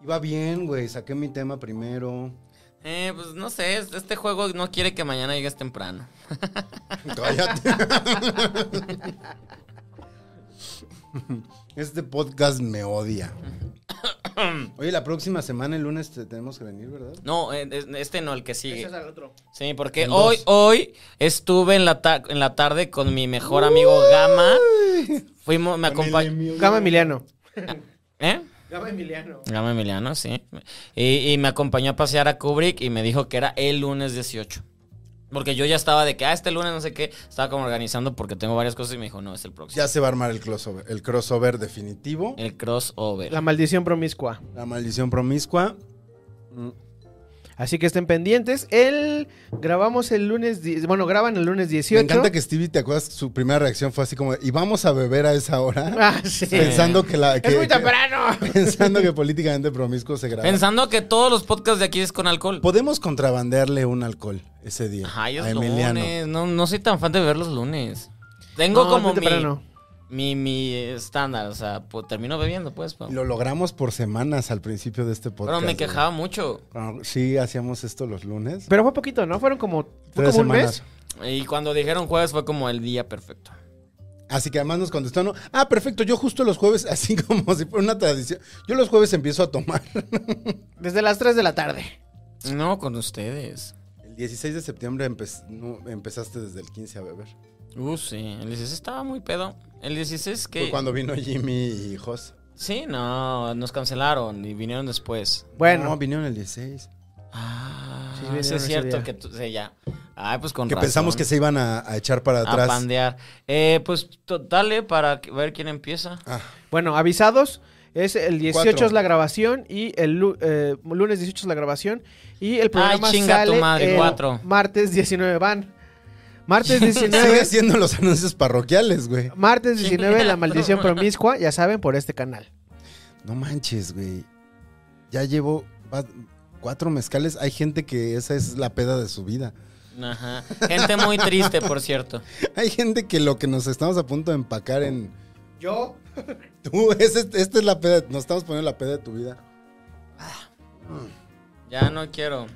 Iba bien, güey. Saqué mi tema primero. Eh, pues no sé, es- este juego no quiere que mañana llegues temprano. Cállate. este podcast me odia. Oye, la próxima semana, el lunes, te- tenemos que venir, ¿verdad? No, eh, es- este no, el que sigue. al otro. Sí, porque En dos. hoy, hoy estuve en la, ta- en la tarde con mi mejor amigo Gama. Fuimos, me acompañó. Gama Emiliano. ¿Eh? Gama Emiliano. Gama Emiliano, sí. Y, y me acompañó a pasear a Kubrick y me dijo que era el lunes 18. Porque yo ya estaba de que, ah, este lunes no sé qué. Estaba como organizando porque tengo varias cosas y me dijo, no, es el próximo. Ya se va a armar el crossover, el crossover definitivo. El crossover. La maldición promiscua. La maldición promiscua. Así que estén pendientes. El grabamos el lunes, die- bueno, graban el lunes 18. Me encanta que Stevie, ¿te acuerdas? Su primera reacción fue así como, ¿y vamos a beber a esa hora? Ah, sí. Pensando que la... Es que- muy que- temprano. Pensando que políticamente promiscuo se graba. Pensando que todos los podcasts de aquí es con alcohol. Podemos contrabandearle un alcohol ese día Ay, a es Emiliano. lunes. No, no soy tan fan de ver los lunes. Tengo No, como es muy mi, temprano. mi, mi estándar. O sea, pues, termino bebiendo, pues. pero- Y Lo logramos por semanas al principio de este podcast. Pero me güey. quejaba mucho. Ah, Sí, hacíamos esto los lunes. Pero fue poquito, ¿no? Fueron como, fue Tres como un mes. semanas. Y cuando dijeron jueves fue como el día perfecto. Así que además nos contestó, ¿no? Ah, perfecto, yo justo los jueves, así como si fuera una tradición. Yo los jueves empiezo a tomar. Desde las 3 de la tarde. No, con ustedes. El 16 de septiembre empe- no, empezaste desde el 15 a beber. Uh, sí. El 16 estaba muy pedo. El 16 que... Fue cuando vino Jimmy y Jos. Sí, no, nos cancelaron y vinieron después. Bueno, No, vinieron el 16. Ah, Sí, sí, vinieron es ese cierto día. que tú, sí, ya. Ay, pues con Que razón. pensamos que se iban a, a echar para A atrás. pandear. Eh, pues to- dale para que- ver quién empieza. bueno, avisados. Es el 18 Cuatro. es la grabación y el lu- eh, lunes 18 es la grabación y el programa chinga tu sale madre, el cuatro. martes 19 van. Martes Sigue 19, haciendo los anuncios parroquiales, güey. martes 19 la Chinga maldición tu madre. promiscua, ya saben por este canal. No manches, güey. Ya llevo va- cuatro mezcales. Hay gente que esa es la peda de su vida. Ajá. Gente muy triste, por cierto. Hay gente que lo que nos estamos a punto de empacar en. Yo. Tú, ese- esta es la peda. Nos estamos poniendo la peda de tu vida. Ya no quiero.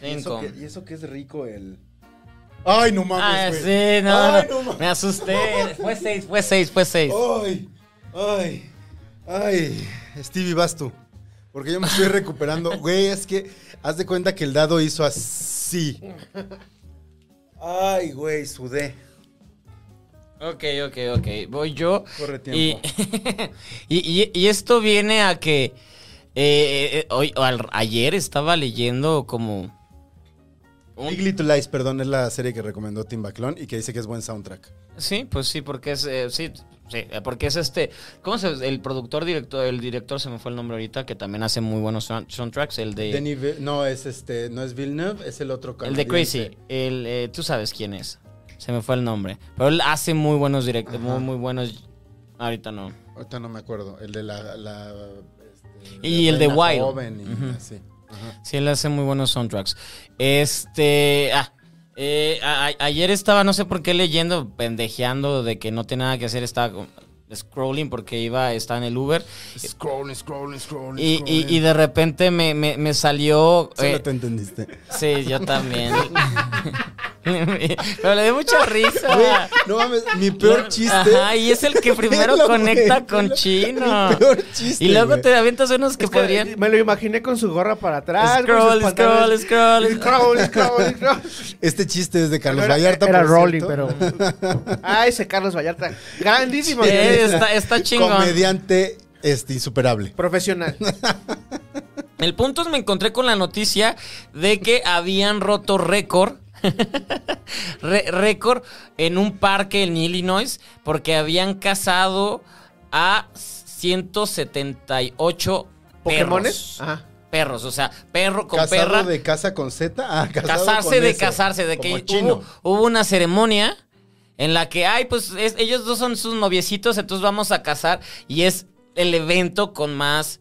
Cinco. es rico el. Ay, no Ah, mames, güey. sí, no, Ay, no, no mames. Oh. me asusté. Fue seis, fue seis, fue seis. Ay, ay, ay. Stevie, vas tú. Porque yo me estoy recuperando. Güey, es que haz de cuenta que el dado hizo así. Ay, güey, sudé. Ok, ok, ok. Voy yo. Corre Y, eh, tiempo. y, y- y esto viene a que eh, eh, hoy, o al- ayer estaba leyendo como... un- Big Little Lies, perdón, es la serie que recomendó Tim Baclón y que dice que es buen soundtrack. Sí, pues sí, porque es... eh, sí, sí, eh, porque es este... ¿Cómo se El productor, director, el director, se me fue el nombre ahorita, que también hace muy buenos sound- soundtracks, el de... Denis Vill- no, es este, no es Villeneuve, es el otro el de canadiense. Crazy. El, eh, Tú sabes quién es. Se me fue el nombre. Pero él hace muy buenos directos, muy, muy buenos... Ahorita no. Ahorita no me acuerdo. El de la. la, este, Y la el de reina Wild. joven y Ujú. así. Ajá. Sí, él hace muy buenos soundtracks. Este. Ah. eh, a- a- ayer estaba, no sé por qué, leyendo, pendejeando de que no tenía nada que hacer. Estaba como scrolling porque iba, estaba en el Uber. Scrolling, scrolling, scrolling. Y, y- y de repente me, me- me salió. Solo eh, te entendiste. sí, yo también. Pero le dio mucha Güey, risa. no mames, mi peor chiste. Ajá, y es el que primero Velo, conecta güey, con velo. chino. Mi peor chiste, Y luego güey. te avientas unos que Es que podrían. Me lo imaginé con su gorra para atrás. Scroll, con sus pantalones- scroll, scroll. Scroll, scroll, scroll. Este chiste es de Carlos Era- Vallarta. Era por Rolly, cierto. pero. Ah, ese Carlos Vallarta. Grandísimo. Sí, guionista. está, está chingón. Comediante este, insuperable. Profesional. El punto es me encontré con la noticia de que habían roto récord. re- récord en un parque en Illinois porque habían cazado a 178 ¿Pokémones? perros. Ajá. Perros, o sea, perro con Casado perra. de casa con Z. Ah, casado casarse con de S, casarse, de como que chino. hubo, hubo una ceremonia en la que, ay, pues es- ellos dos son sus noviecitos, entonces vamos a casar y es el evento con más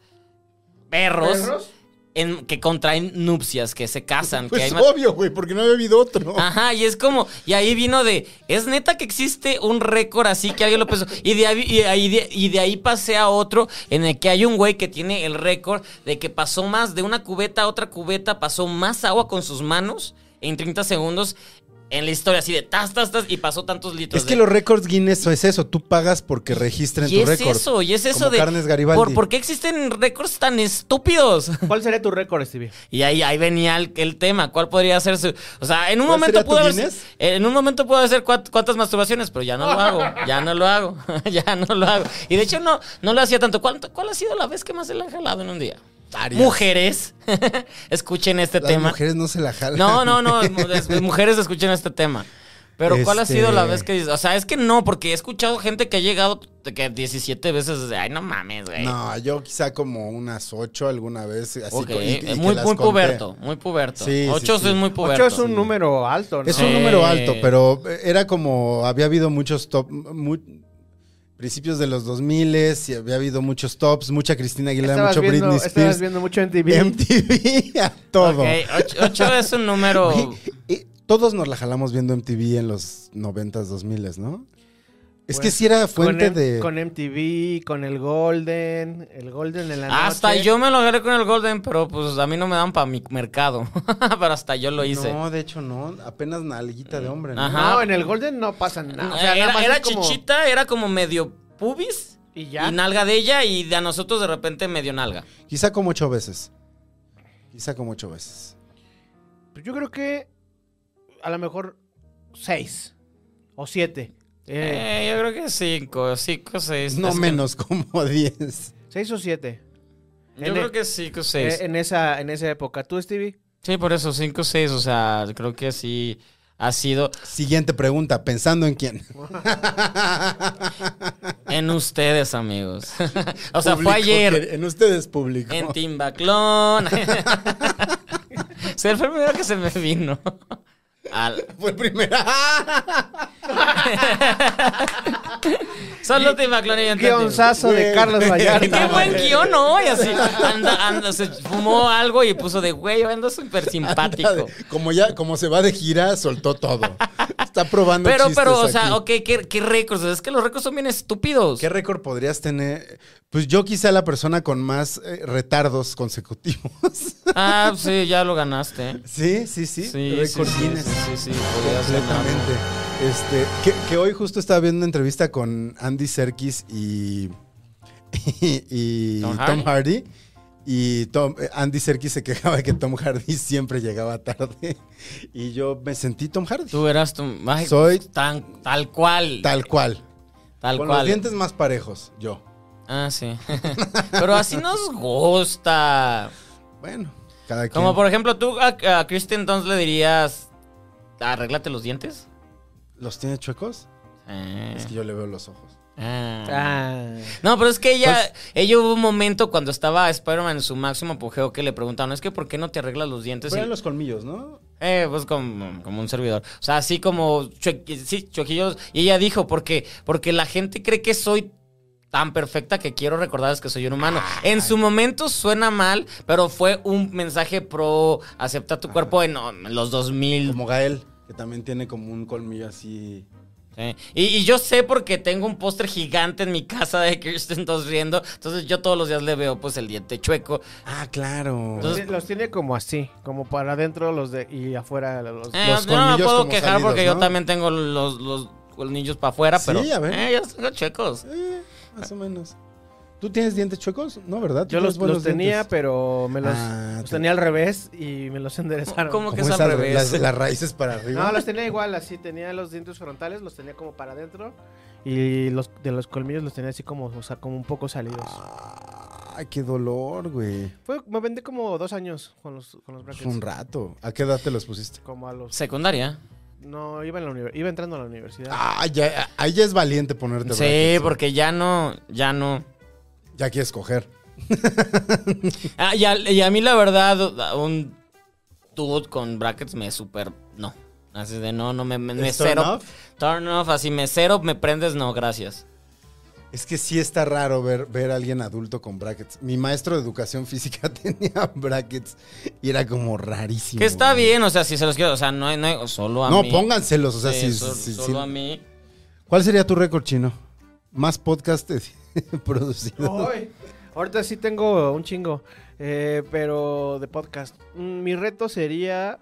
perros, ¿Perros? en- que contraen nupcias, que se casan, que hay Pues ma- obvio, güey, porque no había habido otro. Ajá, y es como, y ahí vino de, es neta que existe un récord así que alguien lo pensó, y de ahí, y de ahí, y de ahí pasé a otro en el que hay un güey que tiene el récord de que pasó más de una cubeta a otra cubeta, pasó más agua con sus manos en 30 segundos en la historia, así de tas, tas, tas, y pasó tantos litros. Es que de- los récords Guinness es eso, tú pagas porque registren y tu es récord. eso, y es eso Como de... Carnes Garibaldi. ¿por, por qué existen récords tan estúpidos? ¿Cuál sería tu récord, Stevie? Y ahí, ahí venía el, el tema, ¿cuál podría ser su... O sea, en un ¿Cuál momento sería tu pudo haber... Guinness? En un momento pudo hacer cuat- cuántas masturbaciones, pero ya no lo hago, ya no lo hago, ya no lo hago. Y de hecho no, no lo hacía tanto. ¿Cuánto- ¿Cuál ha sido la vez que más se la han jalado en un día? Varias. Mujeres, escuchen este Las tema. mujeres no se la jalan. No, no, no, es- es- mujeres escuchen este tema. Pero ¿cuál ha Este- sido la vez que dices? O sea, es que no, porque he escuchado gente que ha llegado de que 17 veces, ay, no mames, güey. No, yo quizá como unas ocho alguna vez. Así Ok, co- y- y que muy, las muy conté. puberto, muy puberto. Sí, sí, Ocho sí. es muy puberto. Ocho es un número alto, ¿no? Es Sí. un número alto, pero era como había habido muchos top mu- principios de los 2000 y había habido muchos tops, mucha Cristina Aguilera, Estabas mucho viendo, Britney estabas Spears, viendo mucho en TV. MTV, a todo. Ok, ocho, ocho es un número. Y- y todos nos la jalamos viendo MTV en los 90s, 2000 ¿no? Es que si Pues, era fuente con, de con MTV, con el Golden, el Golden en la noche. Hasta Ah, yo me lo agarré con el Golden, pero pues a mí no me dan para mi mercado. pero hasta yo lo hice. Mm, No, de hecho no, apenas nalguita de hombre, ¿no? Ajá. No, en el Golden no pasa nada. O sea, nada era más era es como- chichita, era como medio pubis Y ya. y nalga de ella y de a nosotros de repente medio nalga. Quizá como ocho veces. Quizá como ocho veces. Pues Yo creo que a lo mejor seis o siete. Eh, Eh, yo creo que cinco, cinco, seis. No es que- menos como 10. seis o siete. yo en- creo que cinco, seis. Eh, en esa en esa época. ¿Tú, Stevie? sí, por eso, cinco, seis. O sea, creo que sí ha sido Siguiente pregunta, pensando en quién. en ustedes, amigos. o sea, Público fue ayer. que- En ustedes público. En Timbaclón. Se fue el primero que se me vino. Al- Fue primera. Solo Tim McLaren y Anton Tim. Guionzazo de Güey. Carlos Vallarta. Qué buen güey. guión, ¿no? Y así, anda, anda, se fumó algo y puso de güey, ando súper simpático. Como ya, como se va de gira, soltó todo. Está probando Pero, chistes pero, o sea, aquí. ok, ¿qué, qué récords? Es que los récords son bien estúpidos. ¿Qué récord podrías tener? Pues yo quizá la persona con más eh, retardos consecutivos. Ah, sí, ya lo ganaste. sí, sí, sí. Sí, Récord sí, sí, Guinness. sí, sí, sí, podías ganar. Completamente. Este, que, que hoy justo estaba viendo una entrevista con Andy Serkis y, y, y Tom Tom, Hardy. Hardy. Y Tom- eh, Andy Serkis se quejaba de que Tom Hardy siempre llegaba tarde. Y yo me sentí Tom Hardy. Tú eras tu. ay, Soy- Tan, tal cual. Tal, Tal cual. con los cual. dientes más parejos, yo. Ah, sí. pero así nos gusta. Bueno, cada quien. Como por ejemplo, tú a, a Kristen Dunst le dirías. Arréglate los dientes. ¿Los tiene chuecos? Eh, Es que yo le veo los ojos. ah. Ah. No, pero es que ella, Pues- ella hubo un momento cuando estaba Spider-Man en su máximo apogeo que le preguntaban, es que ¿por qué no te arreglas los dientes? Pero Y- eran los colmillos, ¿no? Eh, pues como, como un servidor. O sea, así como chue- sí, choquillos. Y ella dijo, porque, porque la gente cree que soy tan perfecta que quiero recordarles que soy un humano. Ah, En su momento suena mal, pero fue un mensaje pro acepta tu cuerpo en, en los 2000. Como Gael, que también tiene como un colmillo así. Sí. Y, y yo sé porque tengo un póster gigante en mi casa de Kirsten Dunst riendo. Entonces yo todos los días le veo pues el diente chueco. Ah, claro. Los tiene- los tiene como así, como para adentro los de y afuera los. Eh, Los yo no me colmillos puedo como quejar salidos, porque yo ¿no? también tengo los, los colmillos para afuera, Sí, pero a ver. eh, yo tengo chuecos. Eh, más o menos. ¿Tú tienes dientes chuecos? No, ¿verdad? ¿Tú Yo los, tienes buenos los tenía, dientes? pero me los, Ah, los te- tenía al revés y me los enderezaron. ¿Cómo que Como es al esas- revés? Las, las raíces para arriba. No, los tenía igual, así tenía los dientes frontales, los tenía como para adentro y los de los colmillos los tenía así como, o sea, como un poco salidos. Ay, qué dolor, güey. Fue, me vendí como dos años con los, con los Pues brackets. un rato. ¿A qué edad te los pusiste? Como a los... Secundaria. No, iba, en la univer- iba entrando a la universidad. Ah, ya, ahí ya es valiente ponerte Sí, brackets. ¿eh? porque ya no, ya no. Ya quieres coger. Ah, y, a, y a mí la verdad, un dude con brackets me super, no. Así de no, no me, me, me ¿Es turn cero. off? Turn off, así me cero, me prendes, no, gracias. Es que sí está raro ver, ver a alguien adulto con brackets. Mi maestro de educación física tenía brackets y era como rarísimo. que está güey. bien, o sea, si se los quiero, o sea, no, hay- no, hay- solo a No, mí. pónganselos, o sea, Sí, sí, so- sí, solo sí. a mí. ¿Cuál sería tu récord chino? Más podcast producidos. Ay, Ahorita sí tengo un chingo, eh, pero de podcast. Mm, Mi reto sería...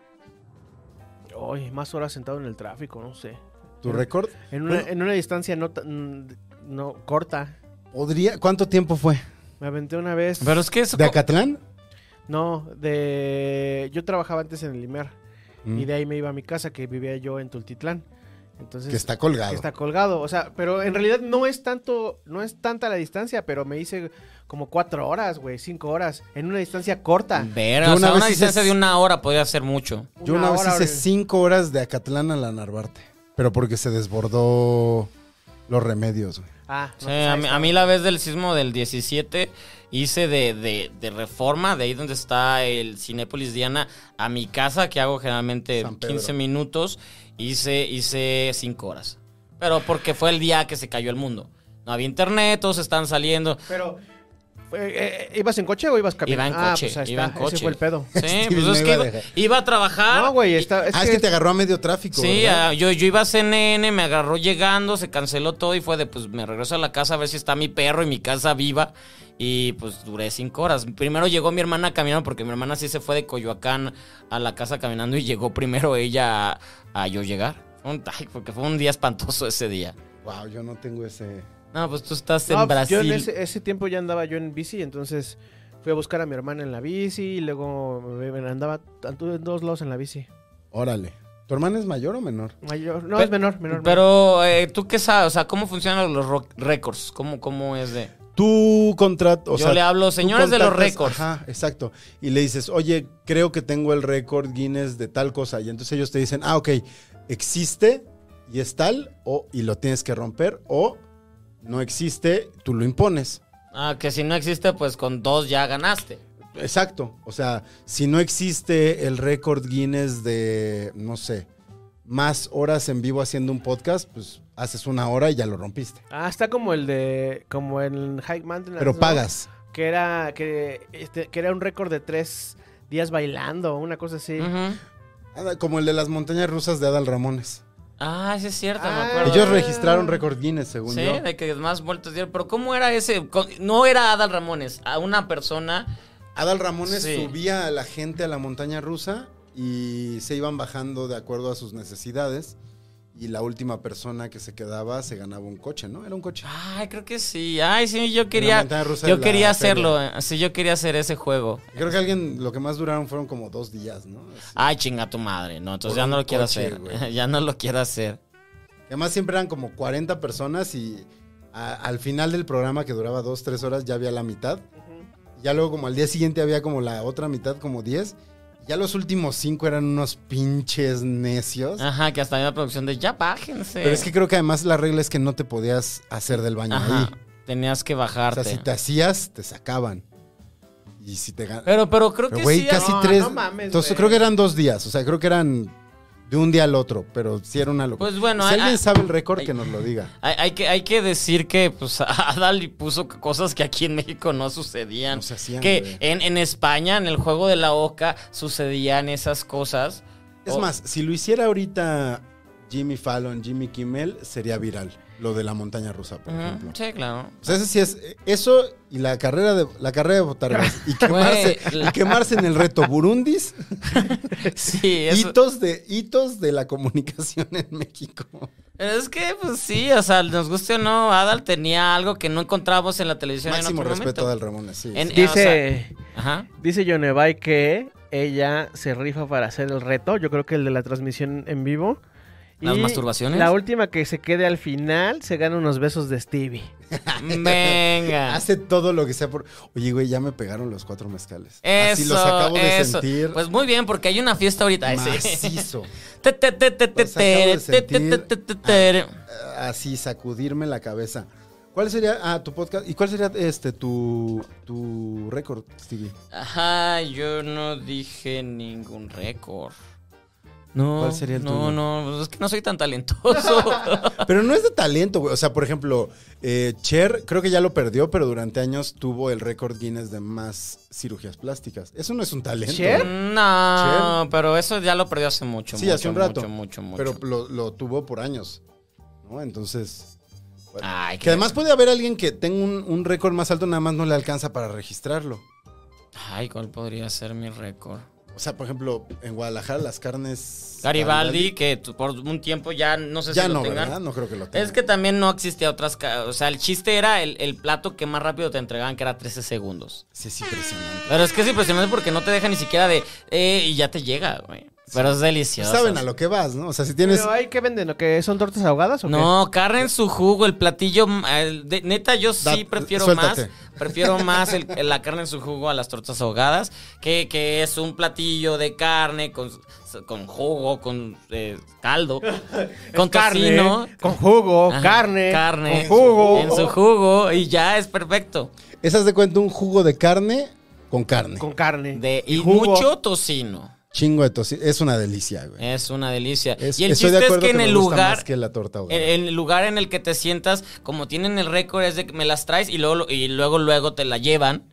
Ay, más horas sentado en el tráfico, no sé. ¿Tu récord? En una, Bueno. en una distancia no, tan- no corta. Podría, ¿Cuánto tiempo fue? Me aventé una vez. Pero es que eso... ¿De Acatlán? No, de. Yo trabajaba antes en el Imer. Mm, Y de ahí me iba a mi casa, que vivía yo en Tultitlán. Entonces. Que está colgado. que está colgado. O sea, pero en realidad no es tanto. No es tanta la distancia, pero me hice como cuatro horas, güey, cinco horas. En una distancia corta. Ver, Yo o una sea, vez una hice- distancia de una hora podría ser mucho. Yo una, vez hora, hice güey. cinco horas de Acatlán a la Narvarte. Pero porque se desbordó los remedios, güey. Ah, Sí, no, pues ahí a, mí, está. a mí la vez del sismo del 17 hice de, de- de reforma, de ahí donde está el Cinépolis Diana, a mi casa, que hago generalmente San Pedro. 15 minutos, hice, hice 5 horas. Pero porque fue el día que se cayó el mundo. No había internet, todos están saliendo. Pero. eh, eh, ¿Ibas en coche o ibas caminando? Iba en Ah, coche, pues ahí iba en está, coche. Ese fue el pedo. Sí, Steven pues es no que iba a iba, dejar. iba a trabajar. No, güey, y- está. Es ah, que, es que te agarró a medio tráfico. Sí, ¿verdad? ah, yo, yo iba a CNN, me agarró llegando, se canceló todo y fue de, pues me regreso a la casa a ver si está mi perro y mi casa viva. Y pues duré cinco horas. Primero llegó mi hermana caminando, porque mi hermana sí se fue de Coyoacán a la casa caminando y llegó primero ella a, a yo llegar. Fue un- ay, porque fue un día espantoso ese día. Wow, yo no tengo ese. No, pues tú estás No, en pues, Brasil. Yo en ese, ese tiempo ya andaba yo en bici, entonces fui a buscar a mi hermana en la bici y luego me- me andaba anduve en dos lados en la bici. Órale. ¿Tu hermana es mayor o menor? Mayor, no, Pe- es menor, menor. menor. Pero eh, tú qué sabes, o sea, ¿cómo funcionan los ro- récords? ¿Cómo, ¿Cómo es de...? Tú contrato. O Yo sea, le hablo, tú señores de los contactas- récords. Ajá, exacto. Y le dices, oye, creo que tengo el récord Guinness de tal cosa. Y entonces ellos te dicen, ah, ok, existe y es tal, o, y lo tienes que romper, o no existe, tú lo impones. Ah, que si no existe, pues con dos ya ganaste. Exacto. O sea, si no existe el récord Guinness de, no sé, más horas en vivo haciendo un podcast, pues haces una hora y ya lo rompiste. Ah, está como el de. Como el High Mountain. Pero ¿no? pagas. Que era, que, este, que era un récord de tres días bailando, una cosa así. Ujú. Anda, Como el de las montañas rusas de Adal Ramones. Ah, sí es cierto, Ah, me acuerdo. Ellos registraron récord Guinness, según Sí, yo. de que más vueltas dieron. Pero ¿cómo era ese? Con- No era Adal Ramones, a una persona. Adal Ramones Sí. subía a la gente a la montaña rusa y se iban bajando de acuerdo a sus necesidades. Y la última persona que se quedaba se ganaba un coche, ¿no? Era un coche. Ay, creo que sí. Ay, sí, yo quería. montaña rusa Yo de la quería feria. hacerlo. eh. Sí, yo quería hacer ese juego. Creo que alguien, lo que más duraron fueron como dos días, ¿no? Así. Ay, chinga tu madre. No, entonces Por ya un no lo quiero coche, hacer. güey. ya no lo quiero hacer. Además siempre eran como 40 personas y a- al final del programa que duraba dos, tres horas ya había la mitad. Ya luego como al día siguiente había como la otra mitad, como 10. Ya los últimos cinco eran unos pinches necios. Ajá, que hasta había una producción de ya bájense. Pero es que creo que además la regla es que no te podías hacer del baño Ajá, ahí. tenías que O bajarte. sea, si te hacías, te sacaban. Y si te gan- Pero, pero creo Pero, que güey, sí. ¿eh? casi no, tres. no mames, Entonces, güey. creo que eran dos días. O sea, creo que eran de un día al otro. Pero sí era una locura. Pues bueno, si hay- alguien hay- sabe el récord, hay- que nos lo diga. Hay, hay que, hay que decir que pues Adal puso cosas que aquí en México no sucedían. No se hacían, güey. que en, en España, en el juego de la Oca, sucedían esas cosas. Es O- más, si lo hiciera ahorita Jimmy Fallon, Jimmy Kimmel, sería viral. Lo de la montaña rusa, por Ujú, ejemplo. Sí, claro. O sea, ese sí es. Eso y la carrera de la carrera de botargas. Y quemarse, Güey, la- y quemarse en el reto Burundis. Sí, eso- Hitos de, hitos de la comunicación en México. Pero es que, pues sí, o sea, nos guste o no, Adal tenía algo que no encontrábamos en la televisión Máximo en otro respeto momento. del Ramón, sí. En- sí. Dice, Ajá. dice Yonevay que ella se rifa para hacer el reto. Yo creo que el de la transmisión en vivo. ¿Las masturbaciones? La última que se quede al final se gana unos besos de Stevie. Venga. Hace todo lo que sea por. Oye, güey, ya me pegaron los cuatro mezcales. Eso, Así los acabo de eso. sentir. Pues muy bien, porque hay una fiesta ahorita. Ay, sí. macizo. Te, te, te, te, te, Los acabo de te, te, te, sentir. te, te, te. eh, Así, sacudirme la cabeza. ¿Cuál sería ah, tu podcast? ¿Y cuál sería este tu, tu récord, Stevie? Ajá, yo no dije ningún récord. No, ¿Cuál sería el no, tuyo? no, pues es que no soy tan talentoso. Pero no es de talento, güey. O sea, por ejemplo, eh, Cher creo que ya lo perdió, pero durante años tuvo el récord Guinness de más cirugías plásticas. Eso no es un talento. ¿Cher? no, pero eso ya lo perdió hace mucho, ¿Eh? Sí, mucho, hace un rato. mucho, mucho, mucho. Pero lo, lo tuvo por años. ¿No? Entonces. bueno. Ay, Que además puede haber alguien que tenga un, un récord más alto, nada más no le alcanza para registrarlo. Ay, ¿cuál podría ser mi récord? O sea, por ejemplo, en Guadalajara las carnes. Garibaldi, que tu- por un tiempo ya no sé Ya si lo no, tengan. ¿verdad? No creo que lo tengan. Es que también no existía otras. ca- O sea, el chiste era el, el plato que más rápido te entregaban, que era 13 segundos. Sí, es impresionante. Pero es que pues es impresionante porque no te deja ni siquiera de. Eh, y ya te llega, güey. Pero es delicioso. Saben a lo que vas, ¿no? O sea, si tienes. ¿Pero ahí qué venden? ¿O que son tortas ahogadas o qué? No, carne en su jugo, el platillo. mm, el de- neta, yo sí Da- prefiero suéltate. más. Prefiero más el- la carne en su jugo a las tortas ahogadas, que, que es un platillo de carne con, con jugo, con eh, caldo, con carne, tocino. con jugo, Ajá, carne, carne, con jugo. En su jugo, y ya es perfecto. Esas de cuenta un jugo de carne con carne. Con carne. De, y y jugo. mucho tocino. Chingo de tocino. Es una delicia, güey. Es una delicia. Es- Eh, y el estoy chiste de es acuerdo que en me el gusta lugar. eh, más que la torta ahogada. En en el lugar en el que te sientas, como tienen el récord, es de que me las traes y luego, y luego, luego te la llevan.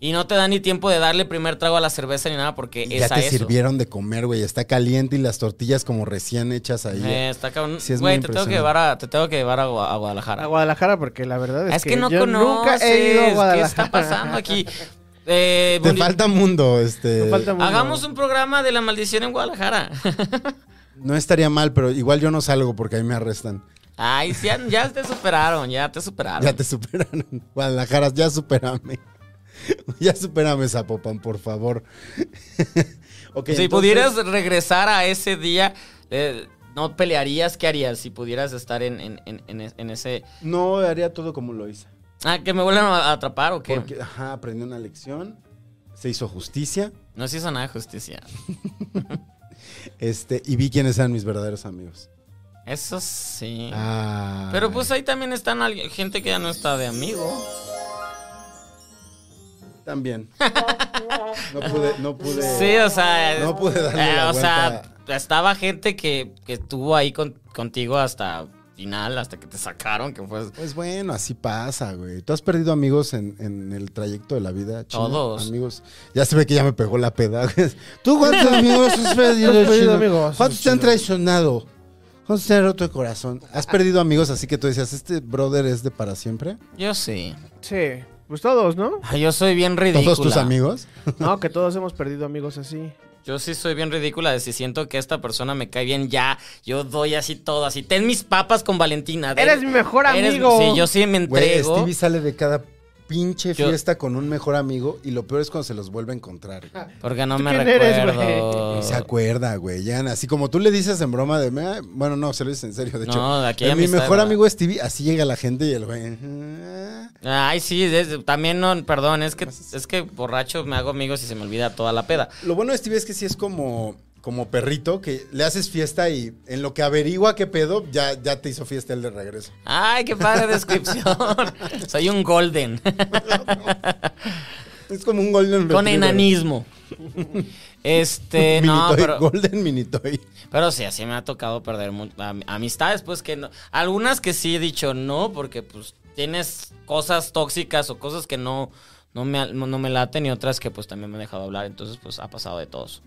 Y no te dan ni tiempo de darle primer trago a la cerveza ni nada porque Y eh, es ya a te eso. sirvieron de comer, güey. Está caliente y las tortillas como recién hechas ahí. Eh, está cabrón. Sí, es Güey, muy te tengo que impresionante. llevar a, te tengo que llevar a, Gua- a A Guadalajara. Guadalajara, porque la verdad es, es que, no yo nunca conoces. he ido a Guadalajara. ¿Qué está pasando aquí? Eh, Te Bundi- falta mundo, este. Me falta mucho. Hagamos un programa de la maldición en Guadalajara. No estaría mal, pero igual yo no salgo porque ahí me arrestan. Ay, sí, ya, ya te superaron, ya te superaron. Ya te superaron. Guadalajara, ya superame. Ya superame, Zapopan, por favor. Ok, Pues si entonces, pudieras regresar a ese día, eh, ¿no pelearías? ¿Qué harías si pudieras estar en, en- en- en es- en ese... No haría todo como lo hice. Ah, que me vuelvan a atrapar o qué? Porque, ajá, aprendí una lección. Se hizo justicia. No se hizo nada de justicia. Este, y vi quiénes eran mis verdaderos amigos. Eso sí. Ah. Pero pues ahí también están alguien- gente que ya no está de amigo. También. No pude, no pude. Sí, o sea... No pude darle eh, la O sea, vuelta. estaba gente que, que estuvo ahí con- contigo hasta final hasta que te sacaron, que fue Pues bueno, así pasa, güey. ¿Tú has perdido amigos en, en el trayecto de la vida? chino? Todos. Amigos. Ya se ve que ya me pegó la peda. güey. ¿Tú cuántos amigos has perdido, Has perdido chino? amigos, ¿Cuántos te han chino. traicionado? ¿Cuántos te han roto el corazón? ¿Has perdido amigos así que tú decías, este brother es de para siempre? Yo sí. Sí, pues todos, ¿no? Ay, Yo soy bien ridícula. ¿Todos tus amigos? No, que todos hemos perdido amigos así. Yo sí soy bien ridícula de si siento que esta persona me cae bien ya. Yo doy así todo, así. Ten mis papas con Valentina. ten- Eres mi mejor eres- amigo. sí, yo sí me Güey, entrego. Stevie sale de cada pinche Yo- fiesta con un mejor amigo y lo peor es cuando se los vuelve a encontrar. güey. porque no ¿Tú me quién eres, recuerdo. Y se acuerda, güey. Ya, así como tú le dices en broma de. "Ah", Bueno, no, se lo dices en serio. De No, hecho, Eh, de aquí hay mi amistad, mejor ¿verdad? amigo Stevie, así llega la gente y el güey. "Ah". Ay, sí, es- también no, perdón, es que es que borracho me hago amigos y se me olvida toda la peda. Lo bueno de Stevie es que sí es como, como perrito, que le haces fiesta y en lo que averigua qué pedo, ya, ya te hizo fiesta el de regreso. Ay, qué padre descripción. Soy un golden. Es como un Golden con Retriever. enanismo. Este, no, Minitoy, pero, Golden Minitoy. pero sí, así me ha tocado perder mu- am- amistades, pues que no. Algunas que sí he dicho no, porque pues tienes cosas tóxicas o cosas que no, no, me, al- no me laten y otras que pues también me han dejado hablar, entonces pues ha pasado de todos.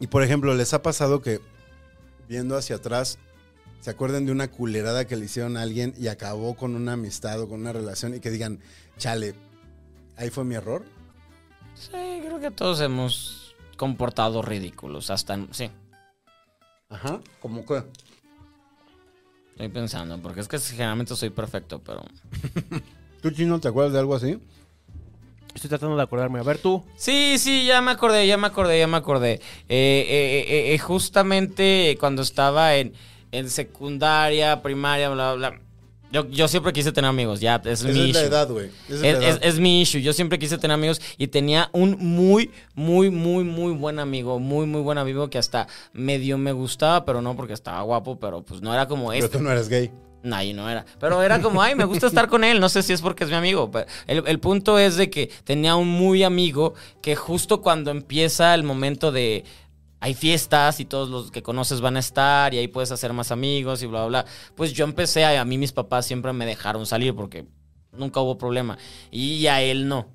Y por ejemplo, ¿les ha pasado que viendo hacia atrás se acuerden de una culerada que le hicieron a alguien y acabó con una amistad o con una relación y que digan, chale, ahí fue mi error? Sí, creo que todos hemos comportado ridículos, hasta, en- sí, Ajá. Como que. estoy pensando, porque es que generalmente soy perfecto, pero... ¿Tú, chino, te acuerdas de algo así? Estoy tratando de acordarme. A ver tú. Sí, sí, ya me acordé, ya me acordé, ya me acordé. Eh, eh, eh, eh, justamente cuando estaba en, en secundaria, primaria, bla, bla, bla. Yo, yo siempre quise tener amigos, ya, es Esa mi es la issue. edad, güey. Esa Es, es, la es- edad. es mi issue. Yo siempre quise tener amigos y tenía un muy, muy, muy, muy buen amigo. Muy, muy buen amigo que hasta medio me gustaba, pero no porque estaba guapo, pero pues no era como Pero este. tú no eres gay. No, y no era. Pero era como, ay, me gusta estar con él. No sé si es porque es mi amigo. Pero el, el punto es de que tenía un muy amigo que justo cuando empieza el momento de... Hay fiestas y todos los que conoces van a estar y ahí puedes hacer más amigos y bla, bla, bla. Pues yo empecé, a, a mí mis papás siempre me dejaron salir porque nunca hubo problema. Y a él no.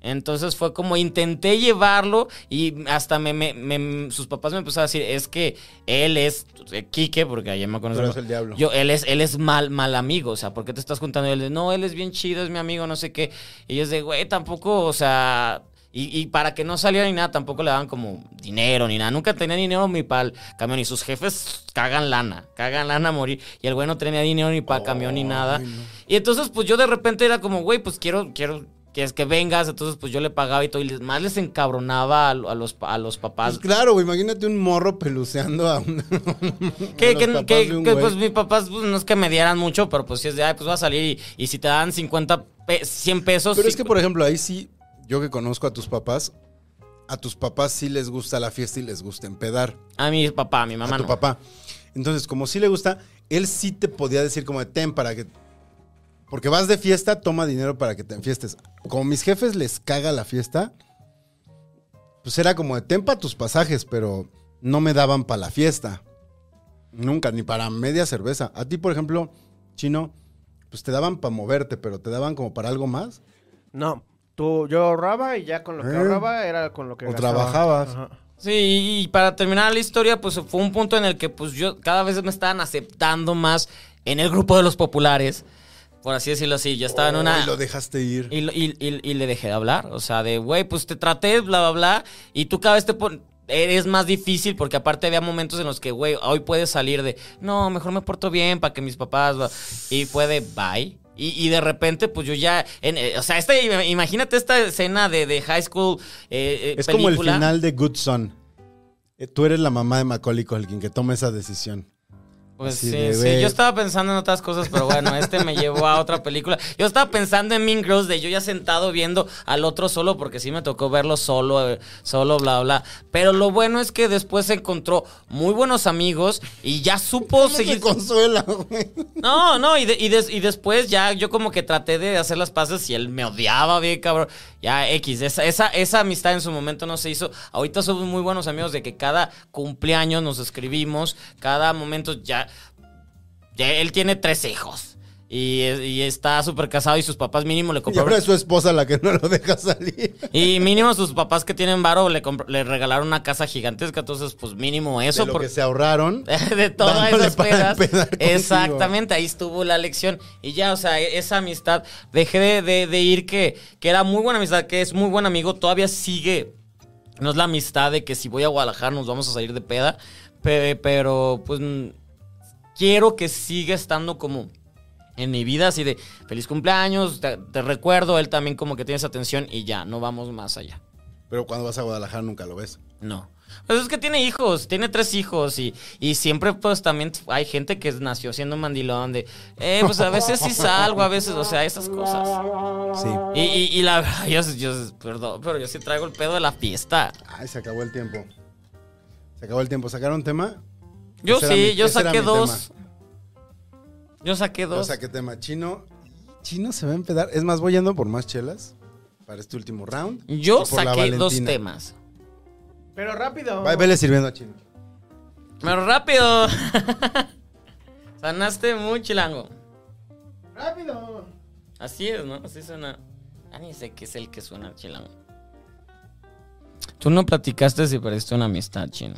Entonces fue como intenté llevarlo y hasta me, me- me- sus papás me empezaron a decir, es que él es eh, Quique, porque allá me Tú conocen. eres el diablo. Yo, él es, él es mal, mal amigo, o sea, ¿por qué te estás juntando? Y él de, no, él es bien chido, es mi amigo, no sé qué. Y es de, güey, tampoco, o sea, y, y para que no saliera ni nada, tampoco le daban como dinero ni nada. Nunca tenía dinero ni para el camión y sus jefes cagan lana, cagan lana a morir. Y el güey no tenía dinero ni para camión ni nada. Y entonces, pues yo de repente era como, güey, pues quiero, quiero que es que vengas. Entonces, pues yo le pagaba y todo, y les- más les encabronaba a, lo- a los, pa- a los papás. Pues claro, güey, imagínate un morro peluceando a un. Que, a los papás que- que- de un que, güey. pues mis papás pues, no es que me dieran mucho, pero pues si es de, ay, pues va a salir y, y si te dan 50, pe- 100 pesos. Pero es sí, que, por ejemplo, ahí sí, yo que conozco a tus papás, a tus papás sí les gusta la fiesta y les gusta empedar. A mi papá, a mi mamá a tu no. papá. Entonces, como sí le gusta, él sí te podía decir como de ten para que. Porque vas de fiesta, toma dinero para que te enfiestes. Como mis jefes les caga la fiesta, pues era como de ten para tus pasajes, pero no me daban para la fiesta. Nunca, ni para media cerveza. A ti, por ejemplo, chino, pues te daban para moverte, pero te daban como para algo más. No. Tú, yo ahorraba y ya con lo que Eh. ahorraba era con lo que O gastaba. trabajabas. Ajá. Sí, y, y para terminar la historia, pues fue un punto en el que pues yo cada vez me estaban aceptando más en el grupo de los populares. Por así decirlo así, yo estaba en una... Y lo dejaste ir. Y, lo- y- y- y le dejé de hablar. O sea, de, güey, pues te traté, bla, bla, bla. Y tú cada vez te pon- Eres más difícil porque aparte había momentos en los que, güey, hoy puedes salir de, no, mejor me porto bien para que mis papás... bla". Y fue de, bye. Y, y de repente, pues yo ya, en- eh, o sea, esta, imagínate esta escena de, de high school. eh, eh, Es como el película. final de Good Son. Eh, Tú eres la mamá de Macaulay Culkin que toma esa decisión. Pues Así sí, de, sí. güey. Yo estaba pensando en otras cosas, pero bueno, este me llevó a otra película. Yo estaba pensando en Mean Girls de yo ya sentado viendo al otro solo, porque sí me tocó verlo solo, eh, solo, bla, bla. Pero lo bueno es que después se encontró muy buenos amigos y ya supo ¿Cómo te seguir. consuela, güey? No, no, y, de- y des- y después ya yo como que traté de hacer las paces y él me odiaba bien, cabrón. Ya, X, esa, esa, esa amistad en su momento no se hizo. Ahorita somos muy buenos amigos de que cada cumpleaños nos escribimos, cada momento ya... Él tiene tres hijos. Y, y está súper casado y sus papás mínimo le Y ahora compraron. es su esposa la que no lo deja salir. Y mínimo sus papás que tienen varo le, compr- le regalaron una casa gigantesca. Entonces, pues mínimo eso. de Eh. lo porque- que se ahorraron. de todas Dándole esas para pedas. empedar contigo. Exactamente, ahí estuvo la lección. Y ya, o sea, e- esa amistad, dejé de, de- de ir que, que era muy buena amistad, que es muy buen amigo, todavía sigue. No es la amistad de que si voy a Guadalajara nos vamos a salir de peda, pe- pero pues mm, quiero que siga estando como en mi vida, así de feliz cumpleaños, te, te recuerdo, él también como que tiene esa atención y ya, no vamos más allá. Pero cuando vas a Guadalajara nunca lo ves. No. Pues es que tiene hijos, tiene tres hijos y, y siempre pues también hay gente que nació siendo mandilón de, eh, pues a veces sí salgo, a veces, o sea, esas cosas. Sí. Y, y- y la verdad, yo, yo- perdón, pero yo sí traigo el pedo de la fiesta. Ay, se acabó el tiempo. Se acabó el tiempo. ¿Sacaron tema? Yo Ese era sí, mi- yo ese era saqué mi dos. Yo saqué O dos. sea, ¿qué tema? Chino. Chino se va a empedar. Es más, voy yendo por más chelas para este último round. Yo Y por la saqué dos Valentina. temas. Pero rápido. Va, vele sirviendo a Chino. Pero rápido. Sanaste muy chilango. Rápido. Así es, ¿no? Así suena. Ah, ni sé qué es el que suena chilango. Tú no platicaste si perdiste una amistad, chino.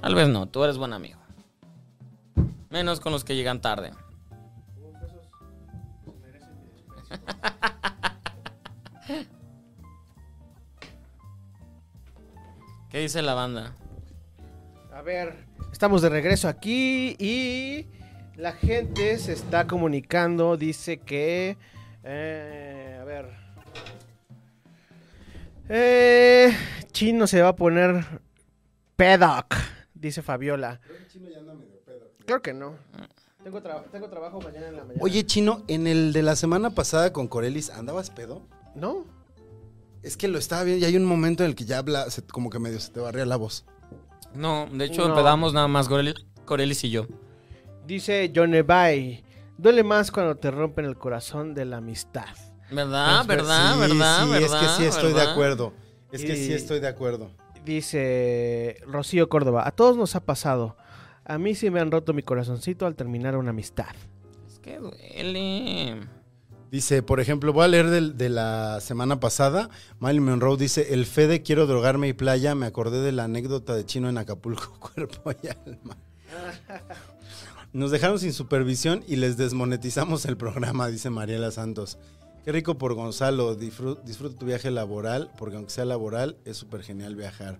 Tal vez no, tú eres buen amigo. Menos con los que llegan tarde. ¿Qué dice la banda? A ver, estamos de regreso aquí y la gente se está comunicando. Dice que. eh, a ver. Eh, Chino se va a poner pedoc, dice Fabiola. Creo que no. Tengo, tra- tengo trabajo mañana en la mañana. Oye, Chino, en el de la semana pasada con Corelis, ¿andabas pedo? ¿no? Es que lo estaba viendo y hay un momento en el que ya habla, se- como que medio se te barría la voz. No, de hecho No. empezamos nada más Coreli- Corelis y yo. Dice Jonebay. Duele más cuando te rompen el corazón de la amistad. ¿Verdad? Es ver- ¿Verdad? sí, ¿Verdad? sí, ¿Verdad? Es que sí estoy de ¿Verdad? acuerdo. Es que sí Y- estoy de acuerdo. Dice Rocío Córdoba, a todos nos ha pasado. A mí sí me han roto mi corazoncito al terminar una amistad. Es que duele. Dice, por ejemplo, voy a leer del- de, la semana pasada. Marilyn Monroe dice: El Fede, quiero drogarme y playa. Me acordé de la anécdota de Chino en Acapulco, cuerpo y alma. Nos dejaron sin supervisión y les desmonetizamos el programa, dice Mariela Santos. Qué rico por Gonzalo. Disfru- disfruta tu viaje laboral, porque aunque sea laboral, es súper genial viajar.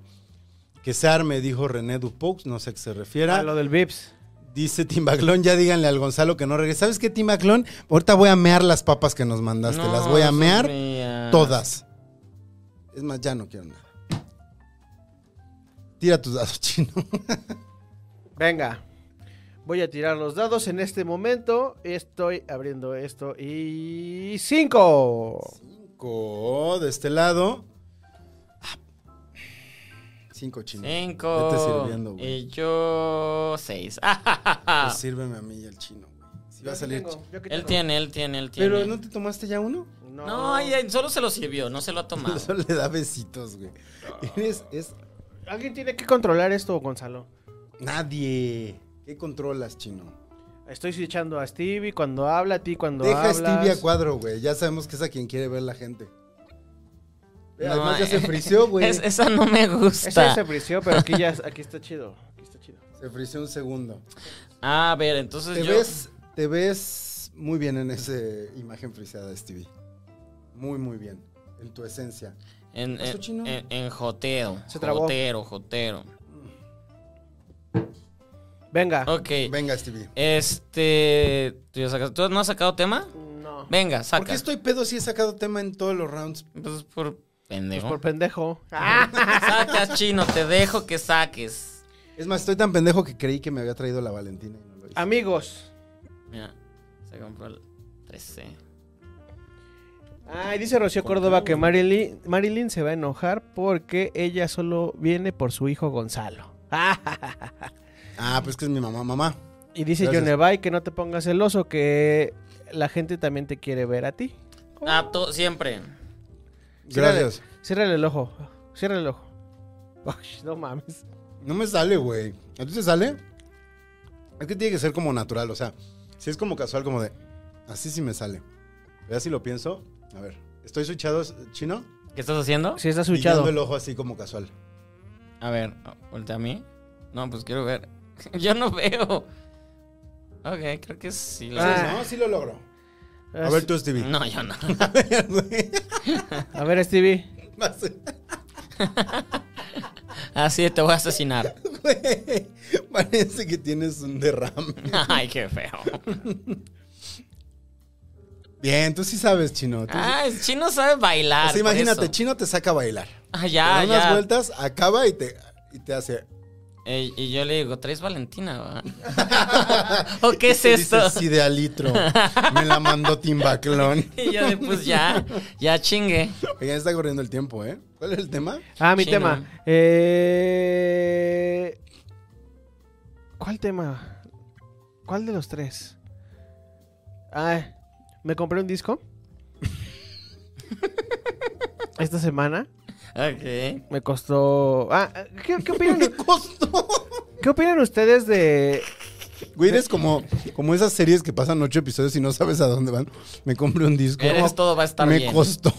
Que se arme, dijo René Dupaux, no sé a qué se refiera. A lo del Vips. Dice Timbaclón, ya díganle al Gonzalo que no regrese. ¿Sabes qué, Timbaclón? Ahorita voy a mear las papas que nos mandaste. No, las voy a mear Sofía. todas. Es más, ya no quiero nada. Tira tus dados, chino. Venga, voy a tirar los dados en este momento. Estoy abriendo esto y... ¡Cinco! Cinco de este lado. Ah. Cinco, chino. Cinco. Vete sirviendo, güey. y yo seis. Pues sírveme a mí y al chino, güey. Si va a salir. chi- él tiene, él tiene, él tiene. ¿Pero no te tomaste ya uno? No, No, ay, ay, solo se lo sirvió, no se lo ha Pues, tomado. Solo le da besitos, güey. Eres- es Alguien tiene que controlar esto, Gonzalo. nadie. ¿Qué controlas, chino? Estoy switchando a Stevie cuando habla, a ti cuando Deja hablas. Stevie a cuadro, güey. Ya sabemos que es a quien quiere ver la gente. No, Además ya eh, se frició, güey. Es- esa no me Ese gusta. se frició, pero aquí ya aquí está chido. Aquí está chido. Se frició un segundo. A ver, entonces Te Pues yo. ves, te ves muy bien en esa imagen friseada, Stevie. Muy, muy bien. En tu esencia. En, ¿Eso, en- chino? en- en joteo. Se trabó. Jotero, jotero. Venga. Ok. Ah, Venga, Stevie. Este. ¿tú, ya sacas- ¿Tú no has sacado tema? No. Pues Venga, saca. ¿Por qué estoy pedo si he sacado tema en todos los rounds? Pues por pendejo. Pues Por pendejo. Sacas, chino, te dejo que saques. Es más, estoy tan pendejo que creí que me había traído la Valentina y no lo hice. Amigos. Mira, se compró el 13. Ay, dice Rocío Córdoba que Marilyn, Marilyn se va a enojar porque ella solo viene por su hijo Gonzalo. Ah, pues que es mi mamá, mamá. Y dice Gracias. Yonevay que no te pongas celoso, que la gente también te quiere ver a ti. Ah, to- siempre. Gracias. Ciérrale el ojo. Ciérrale el ojo. Uy, no mames. No me sale, güey. ¿A ti te sale? Es que tiene que ser como natural, o sea, si es como casual, como de, así sí me sale. Ya si lo pienso, a ver, estoy switchado chino, ¿Qué estás haciendo? Si está y guiando switchado. el ojo así como casual. A ver, voltea a mí. No, pues quiero ver. Yo no veo. Ok, creo que sí. lo- Ah. ¿No? Sí lo logro. A Ah, ver sí. tú, Stevie. No, yo no. A ver, güey. A ver, Stevie. Más- Así Ah, te voy a asesinar. güey, Parece que tienes un derrame. Ay, qué feo. Bien, tú sí sabes, chino. tú sí- Ah, el chino sabe bailar. O sea, por imagínate, eso. chino te saca a bailar. Ah, Te da ya, unas ya. vueltas, acaba y te, y te hace. Eh, y yo le digo, ¿traes Valentina? va?" ¿O qué es Y te esto? Dices, sí, de alitro. Me la mandó Timbaclón. Y yo de, pues ya, ya chingue. Ya está corriendo el tiempo, ¿eh? ¿Cuál es el tema? Ah, mi Chino. tema. Eh... ¿Cuál tema? ¿Cuál de los tres? Ah, me compré un disco. Esta semana Ok. me costó. Ah, ¿qué, qué opinan? costó? ¿Qué opinan ustedes de. Güey, eres como, como esas series que pasan ocho episodios y no sabes a dónde van. Me compré un disco. Eres todo, va a estar Me bien. costó.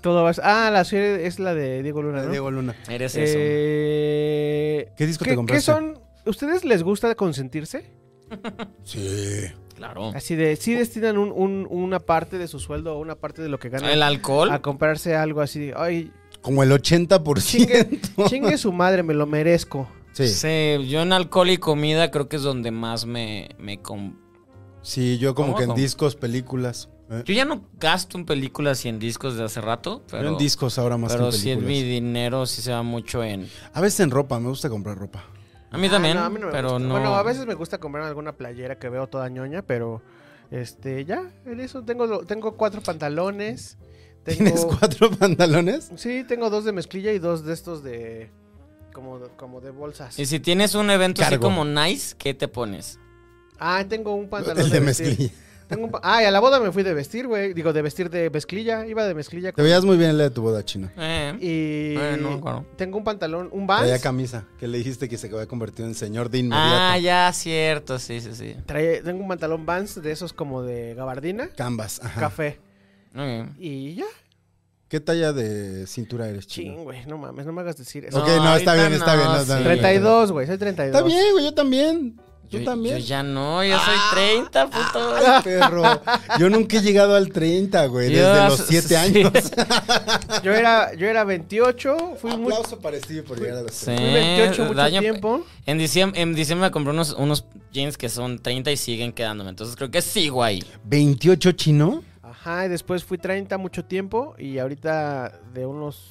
Todo va- Ah, la serie es la de Diego Luna, ¿no? Diego Luna. Eres eso. Eh, ¿Qué disco te ¿Qué compraste? son? ¿Ustedes les gusta consentirse? Sí. Claro. Así de, si destinan un- un- una parte de su sueldo o una parte de lo que ganan ¿El Ah, alcohol? a comprarse algo así. de, Ay, Como el 80%. chingue, chingue su madre, me lo merezco. Sí. sí. Sí, yo en alcohol y comida creo que es donde más me... me com- yo como ¿Cómo? que en ¿Cómo? discos, películas. ¿eh? Yo ya no gasto en películas y en discos de hace rato, Yo pero... en discos ahora más Pero que en sí, es películas. mi dinero sí se va mucho en... A veces en ropa, me gusta comprar ropa. A mí también, Ah, no, a mí no me pero gusta. no... Bueno, a veces me gusta comprar alguna playera que veo toda ñoña, pero este, ya, en eso tengo, lo- tengo cuatro pantalones. Tengo, ¿Tienes cuatro pantalones? Sí, tengo dos de mezclilla y dos de estos de. como, como de bolsas. Y si tienes un evento así Cargo. como nice, ¿qué te pones? Ah, tengo un pantalón. El de vestir. mezclilla. Tengo un pa- ah, y a la boda me fui de vestir, güey. Digo, de vestir de mezclilla. Iba de mezclilla. Te veías muy bien en la de tu boda, chino. Eh, Y. eh, no me acuerdo. Tengo un pantalón, un Traía Vans. camisa, que le dijiste que se había convertido en señor de inmediato. Ah, ya, cierto, sí, sí, sí. Trae- tengo un pantalón Vans de esos como de gabardina, Canvas, ajá. café. Ok. Y ya, ¿Qué talla de cintura eres, chino? ching, güey. No mames, no me hagas decir eso. No, ok, no, está ahorita bien, está no, bien. no, está sí. bien. 32, güey, soy 32. Está bien, güey, yo también. Yo, Yo, también. yo ya no, yo soy Ah. 30, puto. Ay, perro. Yo nunca he llegado al 30, güey, desde Yo- los 7 sí. años. Yo era, yo era 28, fui muy, Aplauso para Stevie por llegar a los Sí, 30. fui 28 mucho daño- tiempo. En diciembre, en diciembre me compré unos, unos jeans que son 30 y siguen quedándome. Entonces creo que sigo ahí. ¿28 chino? Ajá, y después fui 30 mucho tiempo. Y ahorita de unos.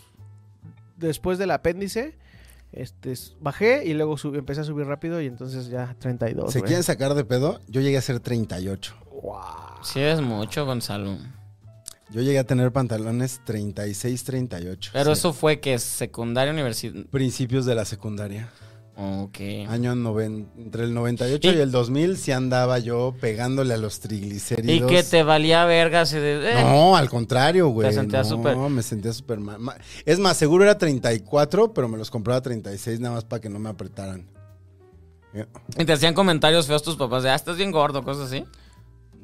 Después del apéndice, este, s- bajé y luego sub- empecé a subir rápido. Y entonces ya 32. ¿Se güey. quieren sacar de pedo? Yo llegué a ser 38. Sí, es mucho, Gonzalo. Yo llegué a tener pantalones 36, 38. Pero Sí. eso fue que secundaria, universidad. Principios de la secundaria. Ok. Año noven- entre el 98 y, Y- el 2000 sí andaba yo pegándole a los Y triglicéridos. que te valía verga así de. eh. No, al contrario, güey. Te sentías no, súper- me sentía súper mal. Ma- Es más, seguro era 34, pero me los compraba 36 nada más para que no me apretaran. Eh, Y te hacían comentarios feos tus papás de, ah, estás bien gordo, cosas así.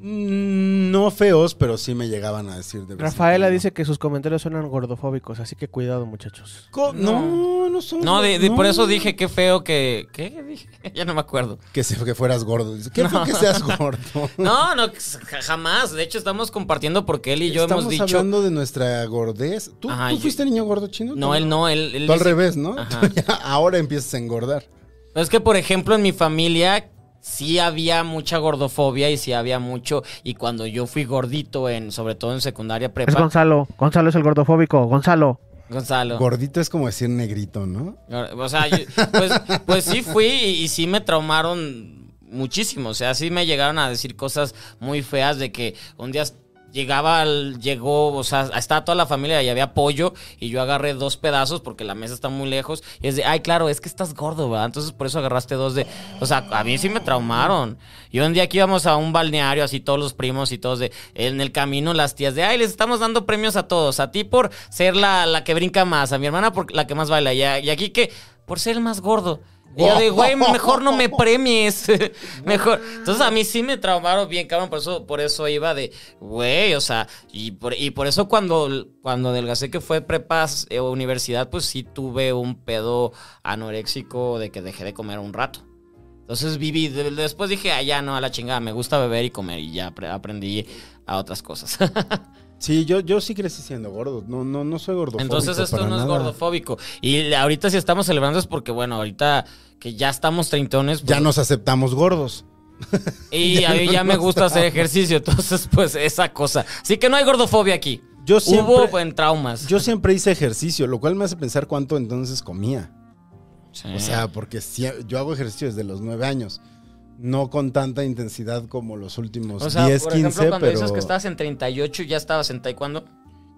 mm, No feos, pero sí me llegaban a decir de vez en Rafaela cuando. dice que sus comentarios suenan gordofóbicos, así que cuidado, muchachos. Co- No, no son. No, de- de- por no. eso dije qué feo que. ¿Qué dije? ya no me acuerdo. Que, se- que fueras gordo. Dice, ¿Qué fue que seas gordo? No, no, ja- jamás. De hecho, estamos compartiendo porque él y yo Estamos hemos dicho. hablando de nuestra gordez. ¿Tú, Ajá, tú yo- fuiste niño gordo chino? No, él no, él. él Tú al dice- revés, ¿no? Ajá. Tú ya ahora empiezas a engordar. Pero Es que, por ejemplo, en mi familia sí había mucha gordofobia y sí había mucho. Y cuando yo fui gordito, en, sobre todo en secundaria Es prepa, Gonzalo, Gonzalo es el gordofóbico, Gonzalo. Gonzalo. Gordito es como decir negrito, ¿no? o sea, yo- pues, pues sí fui y, y sí me traumaron muchísimo. O sea, sí me llegaron a decir cosas muy feas de que un día llegaba, al- llegó, o sea, estaba toda la familia y había pollo y yo agarré dos pedazos porque la mesa está muy lejos. Y es de, ay, claro, es que estás gordo, ¿verdad? Entonces por eso agarraste dos de. O sea, a mí sí me traumaron. Y un día aquí íbamos a un balneario, así todos los primos y todos de. En el camino, las tías de, ay, les estamos dando premios a todos. A ti por ser la, la que brinca más, a mi hermana por la que más baila. Y, a- y aquí que, por ser el más gordo. Y yo de, güey, mejor no me premies. mejor. Entonces a mí sí me traumaron bien, cabrón. Por eso, por eso iba de, güey, o sea, y por, y por eso cuando, cuando adelgacé que fue prepas eh, universidad, pues sí tuve un pedo anoréxico de que dejé de comer un rato. Entonces viví, de- después dije, ah, ya no, a la chingada, me gusta beber y comer y ya apre- aprendí a otras cosas. Sí, yo, yo sí crecí siendo gordo. No, no, no soy gordo. Entonces esto no es gordofóbico. Y la- ahorita si estamos celebrando es porque, bueno, ahorita que ya estamos treintones. Ya pues, nos aceptamos gordos. Y a mí ya me gusta hacer ejercicio, entonces pues esa cosa. Así que no hay gordofobia aquí. Yo siempre- Hubo pues, en traumas. Yo siempre hice ejercicio, lo cual me hace pensar cuánto entonces comía. Sí. O sea, porque si- yo hago ejercicio desde los nueve años. No con tanta intensidad como los últimos O sea, 10, por 15, ejemplo, cuando pues, pero dices que estabas en 38 ya estabas en taekwondo.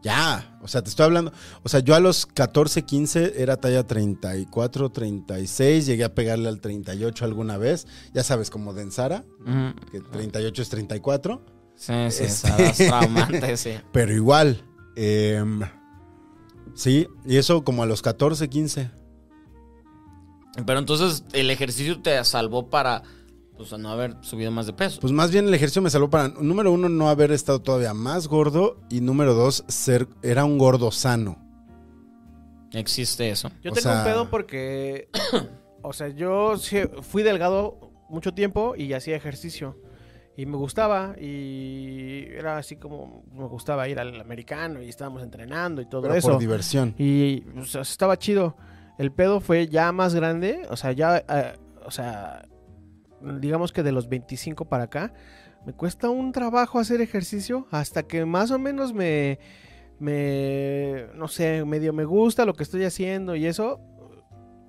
ya, o sea, te estoy hablando, o sea, yo a los 14, 15 era talla 34, 36, llegué a pegarle al 38 alguna vez, ya sabes, como Densara, que 38 es 34, Sí, Este- sí, estabas traumante, sí. pero igual, em, sí, y eso como a los 14, 15, Pero entonces el ejercicio te salvó para pues, no haber subido más de peso. Pues más bien el ejercicio me salvó para, número uno, no haber estado todavía más gordo y número dos, ser, era un gordo sano. Existe eso. Yo O tengo sea- un pedo porque. o sea, yo sí fui delgado mucho tiempo y hacía ejercicio. Y me gustaba. Y era así como. Me gustaba ir al americano y estábamos entrenando y todo Pero eso. por diversión. Y o sea, estaba chido. El pedo fue ya más grande. O sea, ya. eh, o sea. Digamos que de los 25 para acá. Me cuesta un trabajo hacer ejercicio. Hasta que más o menos me. Me. No sé, medio me gusta lo que estoy haciendo y eso.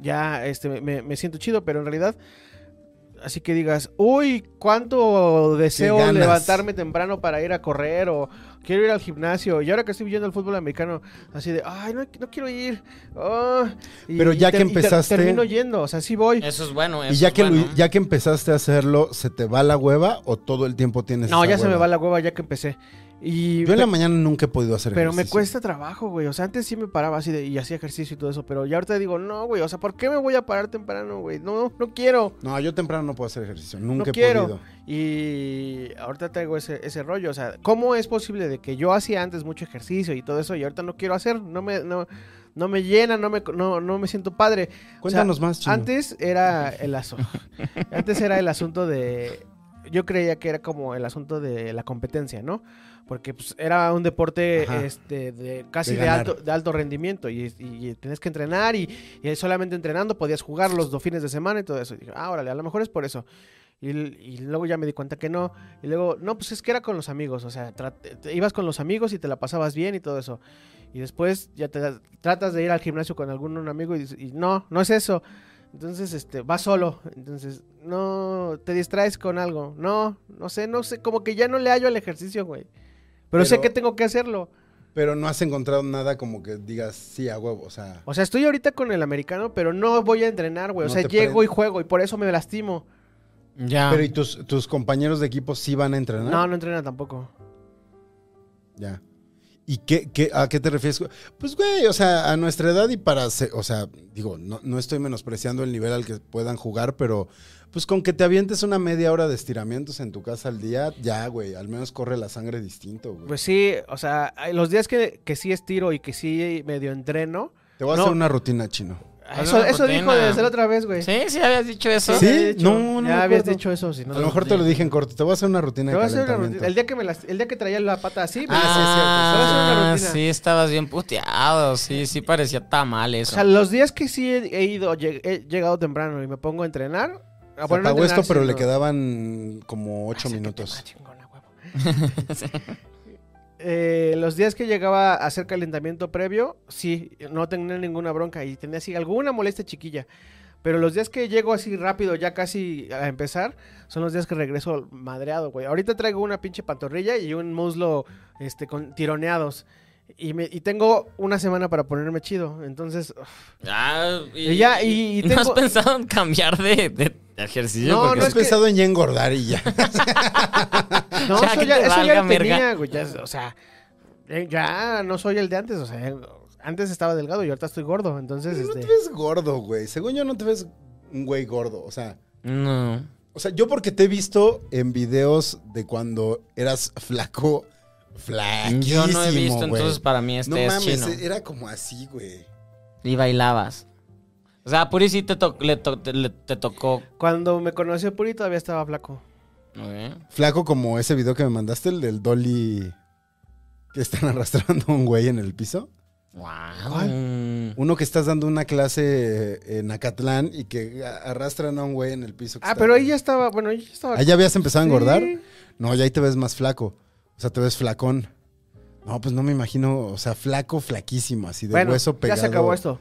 Ya este, me, me siento chido, pero en realidad. Así que digas, uy, cuánto deseo ganas. levantarme temprano para ir a correr o quiero ir al gimnasio. Y ahora que estoy viendo el fútbol americano, Así de, ay, no, no quiero ir. ah", y- Pero ya y que ter- y ter- empezaste- termino yendo, o sea, sí voy. Eso es bueno. Y eso ya es que, lo- bueno. ¿eh? ya que empezaste a hacerlo, ¿se te va la hueva o todo el tiempo tienes No, esa ya se me hueva? va la hueva ya que empecé. Y, Yo en la pe- mañana nunca he podido hacer pero me ejercicio. cuesta trabajo, güey. O sea, antes sí me paraba así de, y hacía ejercicio y todo eso. Pero ya ahorita digo, no, güey. O sea, ¿por qué me voy a parar temprano, güey? No, no quiero. No, yo temprano no puedo hacer ejercicio, nunca No he quiero. podido. Y ahorita traigo ese, ese rollo. O sea, ¿cómo es posible de que yo hacía antes mucho ejercicio y todo eso y ahorita no quiero hacer? No me, no, no me llena, no me, no, no me siento padre. Cuéntanos más, Chino. Antes era el asunto. antes era el asunto de. Yo creía que era como el asunto de la competencia, ¿no? Porque pues, era un deporte Ajá. este, de casi De de, ganar. alto, de alto rendimiento y, y, y tenías que entrenar y, y solamente entrenando podías jugar los dos fines de semana y todo eso. Y dije, ah, órale, a lo mejor es por eso. Y, l- y luego ya me di cuenta que no. Y luego, no, pues es que era con los amigos. O sea, tra- te- ibas con los amigos y te la pasabas bien y todo eso. Y después ya te da- tratas de ir al gimnasio con algún un amigo y, dices, y no, no es eso. Entonces, este, vas solo. Entonces, no, te distraes con algo. No, no sé, no sé. Como que ya no le hallo al ejercicio, güey. Pero, sé Pero- que tengo que hacerlo. Pero no has encontrado nada como que digas, sí, a huevo, o sea... O sea, estoy ahorita con el americano, pero no voy a entrenar, güey. No o sea, te llego prende. y juego y por eso me lastimo. Ya. Pero ¿y tus, tus compañeros de equipo sí van a entrenar? No, no entrena tampoco. Ya. ¿Y qué, qué- a qué te refieres? Pues, güey, o sea, a nuestra edad y para... se- o sea, digo, no, no estoy menospreciando el nivel al que puedan jugar, pero pues con que te avientes una media hora de estiramientos en tu casa al día, ya, güey, al menos corre la sangre distinto, güey. Pues sí, o sea, hay- los días que, que sí estiro y que sí medio entreno. te voy a no. hacer una rutina, chino. Hazle Eso, una eso rutina. dijo desde la otra vez, güey. Sí, sí, habías dicho eso. ¿Sí? Ya había dicho- No, no me Ya habías acuerdo. dicho eso, si no. A lo mejor te lo dije en corto, te voy a hacer una rutina Te de voy a hacer una calentamiento. rutina. El día que me las- el día que traía la pata así, me las- Ah, Te voy a hacer una rutina. sí, estabas bien puteado. Sí, sí, parecía tamal O eso. sea, los días que sí he, he ido, lleg- he llegado temprano y me pongo a entrenar. A Se ponerme a apagó entrenar, esto, pero sí, le no. quedaban como ocho Acércate minutos. más, chingona, huevo. Eh, los días que llegaba a hacer calentamiento previo, sí, no tenía ninguna bronca y tenía así alguna molestia chiquilla. Pero los días que llego así rápido, ya casi a empezar, son los días que regreso madreado, güey. Ahorita traigo una pinche pantorrilla y un muslo este, con tironeados. Y, me- y tengo una semana para ponerme chido. Entonces, Ah, Y ya, y- y ¿No has tengo- pensado en cambiar de, de ejercicio? No, Porque No no has es que- pensado en ya engordar y ya. No, Ya, eso que ya, te eso ya valga, lo merga. tenía, güey. ya, o sea, eh, ya no soy el de antes. O sea, eh, antes estaba delgado y ahorita estoy gordo. Entonces, no te este, ves gordo, güey. Según yo, no te ves. un güey gordo. O sea, No. o sea, yo porque te he visto en videos de cuando eras flaco, flaquísimo, Yo no he visto, güey. entonces para mí este No es mames, eh, chino. era como así, güey. Y bailabas. O sea, Puri sí te, to- le to- te- le- te tocó. Cuando me conoció Puri todavía estaba flaco. ¿eh? Flaco como ese video que me mandaste, el del Dolly que están arrastrando a un güey en el piso. Guau. Uno que estás dando una clase eh, en Acatlán y que a- arrastran a un güey en el piso. que Ah, está- pero ahí ya estaba, bueno, ahí ya estaba. ¿Ahí ya habías empezado a engordar? Sí. No, ya ahí te ves más flaco. O sea, te ves flacón. No, pues no me imagino, o sea, flaco, flaquísimo, así de Bueno, hueso pegado. ya se acabó esto.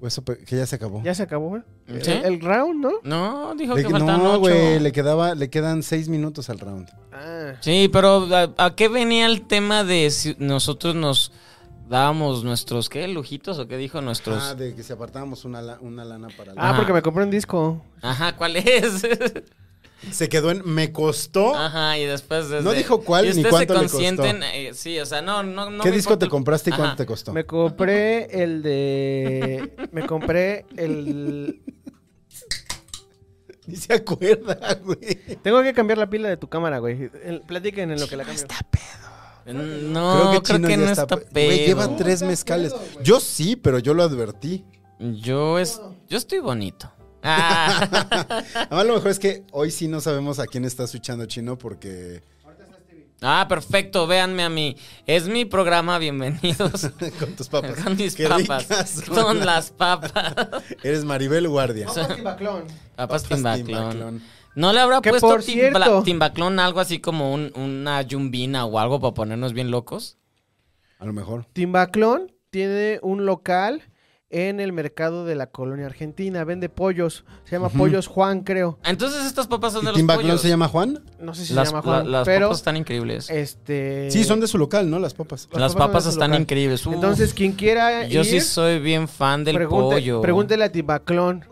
Hueso pe- que ya se acabó. Ya se acabó. El, ¿Sí? el round, ¿no? No, dijo Le- que faltaban no, ocho. güey, le, quedaba, le quedan seis minutos al round. Ah. Sí, pero ¿a, a qué venía el tema de si nosotros nos dábamos nuestros, ¿qué? ¿Lujitos o qué dijo nuestros? Ah, de que si apartábamos una, la- una lana para... la- Ah, Ajá. porque me compré un disco. Ajá, ¿cuál es? Se quedó en... Me costó... Ajá, y después desde- No dijo cuál y ni ustedes cuánto se le consienten, eh, sí, o sea, no, no, no ¿Qué me disco importa- te compraste y Ajá. cuánto te costó? Me compré el de. Me compré el. Ni se acuerda, güey. Tengo que cambiar la pila de tu cámara, güey. El- Platiquen en lo que la cambio. No, creo que, Chino ya no está, güey, pedo. lleva tres mezcales. yo sí, pero yo lo advertí. Yo es, yo estoy bonito. Ah, Además, lo mejor es que hoy sí no sabemos a quién está escuchando Chino porque... Ah, perfecto, véanme a mí. Es mi programa, bienvenidos. Con tus papas. Con mis Qué papas. ricas Son, son las papas. Eres Maribel Guardia. Papas timbaclón. timbaclón. ¿No le habrá Que puesto por timbla- cierto- timbaclón algo así como un- una yumbina o algo para ponernos bien locos? A lo mejor. Timbaclón tiene un local en el mercado de la colonia argentina. Vende pollos. Se llama Pollos Juan, creo. Ah, Entonces estas papas son ¿Y de los Tim Backlund pollos. se llama Juan? No sé si las se llama la- Juan. las pero. papas están increíbles. Eh. Este. Sí, son de su local, ¿no? Las papas. las las papas papas son de su están local. increíbles. Uf, Entonces, quien quiera. yo ir, sí soy bien fan del pregunte- pollo. Pregúntele a Timbaclón.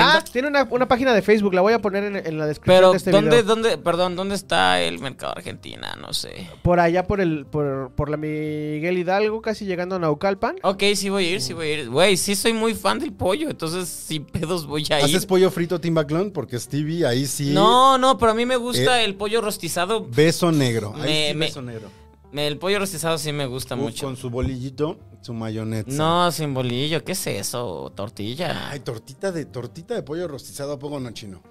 Ah, tiene una, una página de Facebook. La voy a poner en, en la descripción Pero de este ¿dónde, video. dónde, perdón, dónde está el mercado argentina? No sé. Por allá, por el, por, por la Miguel Hidalgo, casi llegando a Naucalpan. Ok, sí voy a ir, sí voy a ir. Güey, sí soy muy fan del pollo, entonces sin pedos voy a ir. ¿Haces pollo frito Tim Backlund? Porque Stevie ahí sí... No, no, pero a mí me eh, gusta el pollo rostizado. Beso negro. Ahí Me- sí me- beso negro. Me- El pollo rostizado sí me gusta Uf, mucho. Con su bolillito, su mayonesa. No, sin bolillo, ¿qué es eso? Tortilla. Ay, tortita de, tortita de pollo rostizado, ¿a poco no, Chino?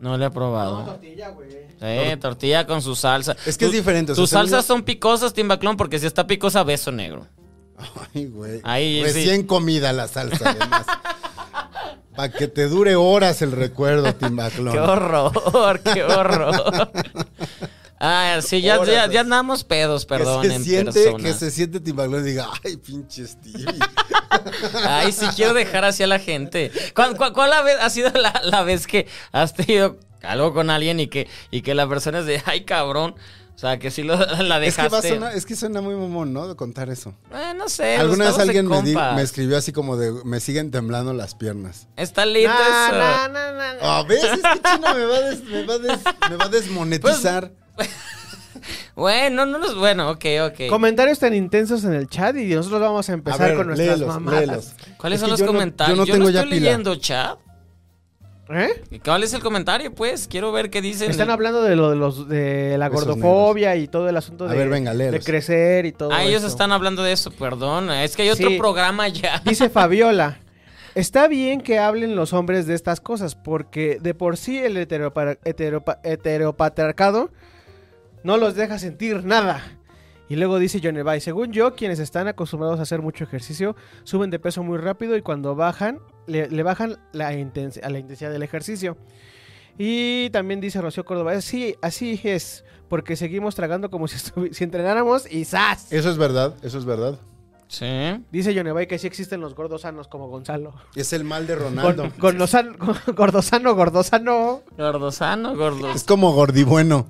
No lo he probado. Eh, tortilla con su salsa. Es que es Tu- diferente, o sea, Tus según salsas yo- son picosas, Timbaclón, porque si está picosa, beso negro. Ay, güey. Ahí, Recién comida la salsa, además. Para que te dure horas el recuerdo, ¡Qué Timbaclón. horror! ¡Qué horror! Ah, sí, ya, Horas. ya, ya andamos pedos, perdón, que se en siente, persona. Que se siente Timbaclón y diga, ay, pinche Stevie. Ay, sí quiero dejar así a la gente. ¿Cuál, cuál- cuál la vez- ha sido la, la vez que has tenido algo con alguien y que, y que la persona es de, ay, cabrón? O sea, que sí lo, la es, que dejaste. va a sonar- es que suena muy mamón, ¿no? De contar eso. Eh, no sé. Alguna vez estamos de alguien me, di- compas. me escribió así como de, me siguen temblando las piernas. Está lindo Na, eso. na, na, na, na. A veces que Chino me va a, des- me va a des- me va a desmonetizar. Pues, Bueno, no los... Bueno, ok, ok. Comentarios tan intensos en el chat y nosotros vamos a a empezar ver, con nuestras léelos, mamadas. léelos. ¿Cuáles Es son que los yo no- comentarios? yo no tengo ya estoy pila. leyendo chat. ¿Eh? ¿Cuál es el comentario, pues? Quiero ver qué dicen. Están hablando de lo de los de la Besos gordofobia y todo el asunto A de, ver, venga, léelos. de crecer y todo. Ah, ellos eso. están hablando de eso, perdón. Es que hay otro Sí. programa ya. Dice Fabiola. Está bien que hablen los hombres de estas cosas, porque de por sí el heteropa- heteropa- heteropatriarcado no los deja sentir nada. Y luego dice Johnny Bay, según yo, quienes están acostumbrados a hacer mucho ejercicio suben de peso muy rápido y cuando bajan, le, le bajan la intensi- a la intensidad del ejercicio. Y también dice Rocío Córdoba, sí, así es, porque seguimos tragando como si, estuvi- si entrenáramos y ¡zas! Eso es verdad, eso es verdad. Sí. Dice Johnny Bay que sí existen los gordos sanos como Gonzalo. Es el mal de Con, Ronaldo. con los san- con- gordosano, gordosano. Gordosano, gordos. Es como gordibueno.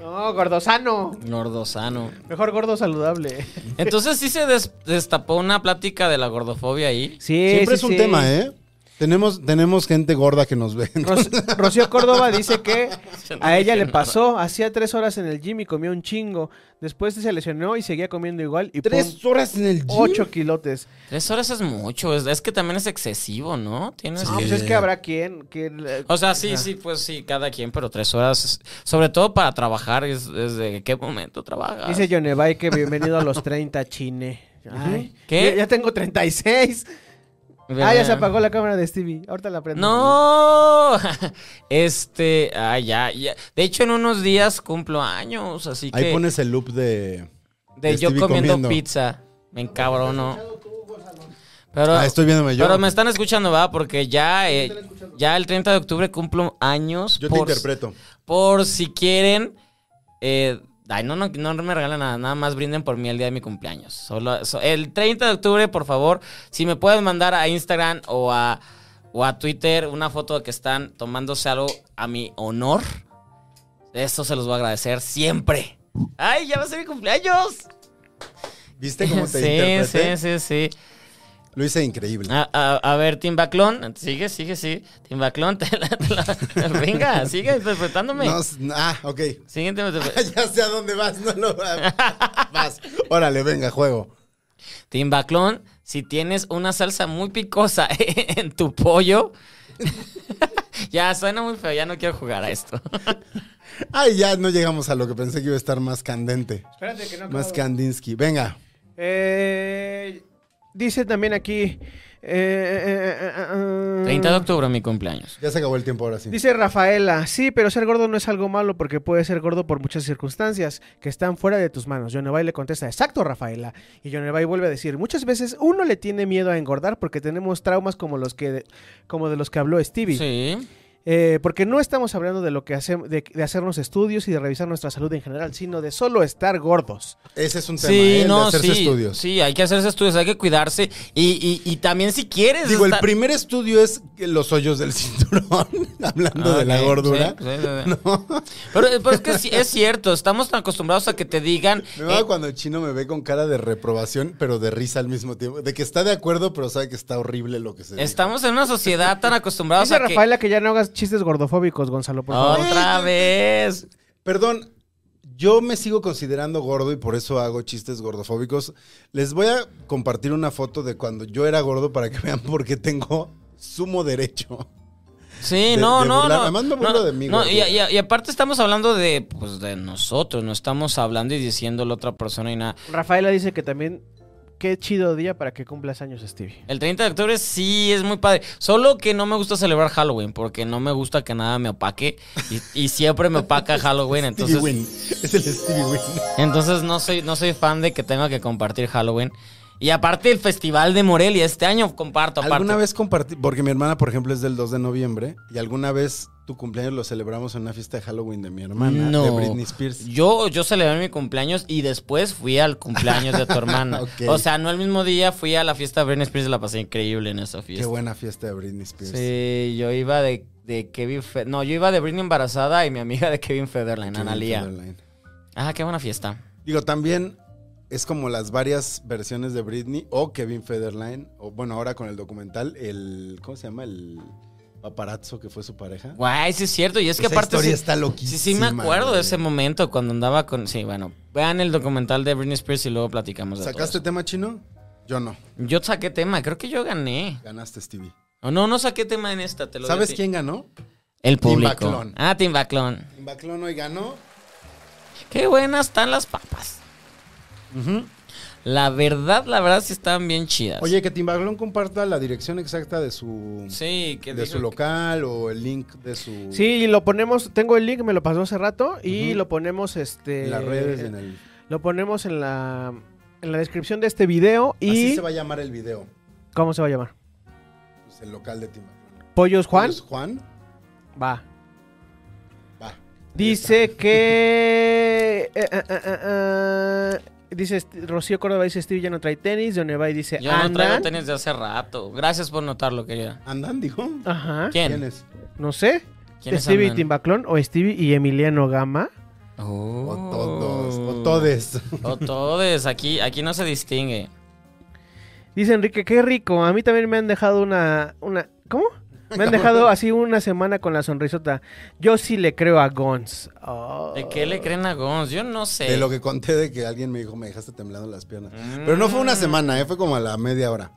No, gordosano. Gordosano. Mejor gordo saludable. Entonces sí se des- destapó una plática de la gordofobia ahí. Sí, Siempre es un tema, ¿eh? Tenemos, tenemos gente gorda que nos ve. Ros- Rocío Córdoba dice que a ella le pasó, hacía tres horas en el gym y comió un chingo. Después se lesionó y seguía comiendo igual y ¿Tres pum, horas en el gym? ocho kilotes. Tres horas es mucho, es, es que también es excesivo, ¿no? Tienes No, que- pues es que habrá quien... quien, eh, O sea, sí, sí, pues sí, cada quien, pero tres horas, es- sobre todo para trabajar, es desde qué momento trabajas. Dice Yonevay que bienvenido a los 30, chine. Ay, ¿Qué? Ya, ya tengo 36. Ah, ya se apagó la cámara de Stevie. Ahorita la prendo. No, este, ah, ya, ya. De hecho, en unos días cumplo años, así Ahí que pones el loop de... de yo Stevie comiendo, comiendo. pizza, me encabrono. Pero, Ah, estoy viéndome yo. pero me están escuchando, ¿verdad? Porque ya, eh, ya el 30 de octubre cumplo años. Yo por- te interpreto. Por si quieren. eh, ay, no, no, no me regalen nada. Nada más brinden por mí el día de mi cumpleaños. Solo, so- el 30 de octubre, por favor, si me pueden mandar a Instagram o a, o a Twitter una foto de que están tomándose algo a mi honor. Esto se los voy a agradecer siempre. ¡Ay, ya va a ser mi cumpleaños! ¿Viste cómo te sí, interpreté? sí, sí, sí. Ah, Lo hice increíble. A, a- a ver, Timbaclón, sigue, sigue, sí. Timbaclón, te la- te la- venga, sigue interpretándome. No, s- ah, ok. Sigue interpretando. ya sé a dónde vas, no lo vas. Órale, venga, juego. Timbaclón, si tienes una salsa muy picosa en tu pollo. ya suena muy feo, ya no quiero jugar a esto. Ay, ya no llegamos a lo que pensé que iba a estar más candente. Espérate que no acabo. Más Kandinsky. Venga. Eh, dice también aquí. eh, eh, eh, eh, 30 de octubre, mi cumpleaños. Ya se acabó el tiempo ahora sí. Dice Rafaela, sí, pero ser gordo no es algo malo porque puedes ser gordo por muchas circunstancias que están fuera de tus manos. Yonevay le contesta, exacto Rafaela. Y Yonevay vuelve a decir, muchas veces uno le tiene miedo a engordar porque tenemos traumas como los que como de los que habló Stevie. Sí. Eh, porque no estamos hablando de lo que hacemos, de, de hacernos estudios y de revisar nuestra salud en general, sino de solo estar gordos. Ese es un tema, ¿eh? Sí, El de no, hacerse sí. estudios. Sí, hay que hacerse estudios, hay que cuidarse. Y, y- y también si quieres. Digo, el estar- primer estudio es que los hoyos del cinturón, hablando de la Ah, Ok, gordura. sí, sí, sí, sí. Pero, pero es que sí, es cierto, estamos tan acostumbrados a que te digan. Me va eh, cuando el chino me ve con cara de reprobación, pero de risa al mismo tiempo. De que está de acuerdo, pero sabe que está horrible lo que se dijo. estamos en una sociedad tan acostumbrados Dice a que. Rafaela que... ya no hagas chistes gordofóbicos, Gonzalo, por favor. Otra vez. Perdón, yo me sigo considerando gordo y por eso hago chistes gordofóbicos. Les voy a compartir una foto de cuando yo era gordo para que vean por qué tengo sumo derecho. Sí, de- no, de no, burlar. no. Además me burlo no, de mí, no, y, gordura. y- y aparte estamos hablando de, pues, de nosotros, no estamos hablando y diciéndole a otra persona y nada. Rafaela dice que también, qué chido día para que cumplas años, Stevie. El 30 de octubre sí es muy padre. Solo que no me gusta celebrar Halloween porque no me gusta que nada me opaque y, y siempre me opaca Halloween. Stevie Entonces, Win. Es el Stevie Win. entonces no soy no soy fan de que tenga que compartir Halloween. Y aparte el festival de Morelia este año comparto aparte. Alguna vez compartí, porque mi hermana, por ejemplo, es del 2 de noviembre, y alguna vez tu cumpleaños lo celebramos en una fiesta de Halloween de mi hermana, de Britney Spears. Yo, yo celebré mi cumpleaños y después fui al cumpleaños de tu hermana. Ok. O sea, no el mismo día fui a la fiesta de Britney Spears la pasé increíble en esa fiesta. Qué buena fiesta de Britney Spears. Sí, yo iba de, de Kevin Fe- No, yo iba de Britney embarazada y mi amiga de Kevin Federline, Qué Analia. Federline. Ah, qué buena fiesta. Digo, también es como las varias versiones de Britney o Kevin Federline, o bueno, ahora con el documental, el. ¿Cómo se llama? El paparazzo que fue su pareja. Guay, sí es cierto. Y es que Esa aparte. historia sí- está loquísima. Sí, sí, me acuerdo de güey. ese momento cuando andaba con. Sí, bueno, vean el documental de Britney Spears y luego platicamos de todo ¿Sacaste eso. tema chino? Yo no. Yo saqué tema, creo que yo gané. Ganaste, Stevie. O no, no saqué tema en esta, te lo digo ¿Sabes a ti. quién ganó? El público. Timbaclón. Ah, Timbaclón. Baclón hoy ganó. Qué buenas están las papas. La verdad, la verdad sí estaban bien chidas. Oye, que Timbaglón comparta la dirección exacta de su, sí, que de dijo su local o el link de su. Sí, y lo ponemos, tengo el link, me lo pasó hace rato, y Ujú. lo ponemos este... En las redes, en el. Lo ponemos en la, en la descripción de este video Así y... se va a llamar el video. ¿Cómo se va a llamar? Pues, el local de Timbaglón. ¿Pollos Juan? Juan. Va. Va. Dice que... eh, eh, eh, eh, dice este- Rocío Córdoba, dice Steve ya no trae tenis, Donevay dice Yo no traigo andan. tenis de hace rato. Gracias por notarlo, querida. Andan, dijo. Ajá. ¿Quién? ¿Quién es? No sé. ¿Quiénes Stevie y andan? Timbaclón o Stevie y Emiliano Gama. Oh. O todos, o todes. O todes. Aquí, aquí no se distingue. Dice Enrique, qué rico. A mí también me han dejado una, una ¿Cómo? Me han dejado así una semana con la sonrisota. Yo sí le creo a Gons. Oh. ¿De qué le creen a Gons? Yo no sé. De lo que conté de que alguien me dijo, me dejaste temblando las piernas. Mm. Pero no fue una semana, ¿eh? fue como a la media hora.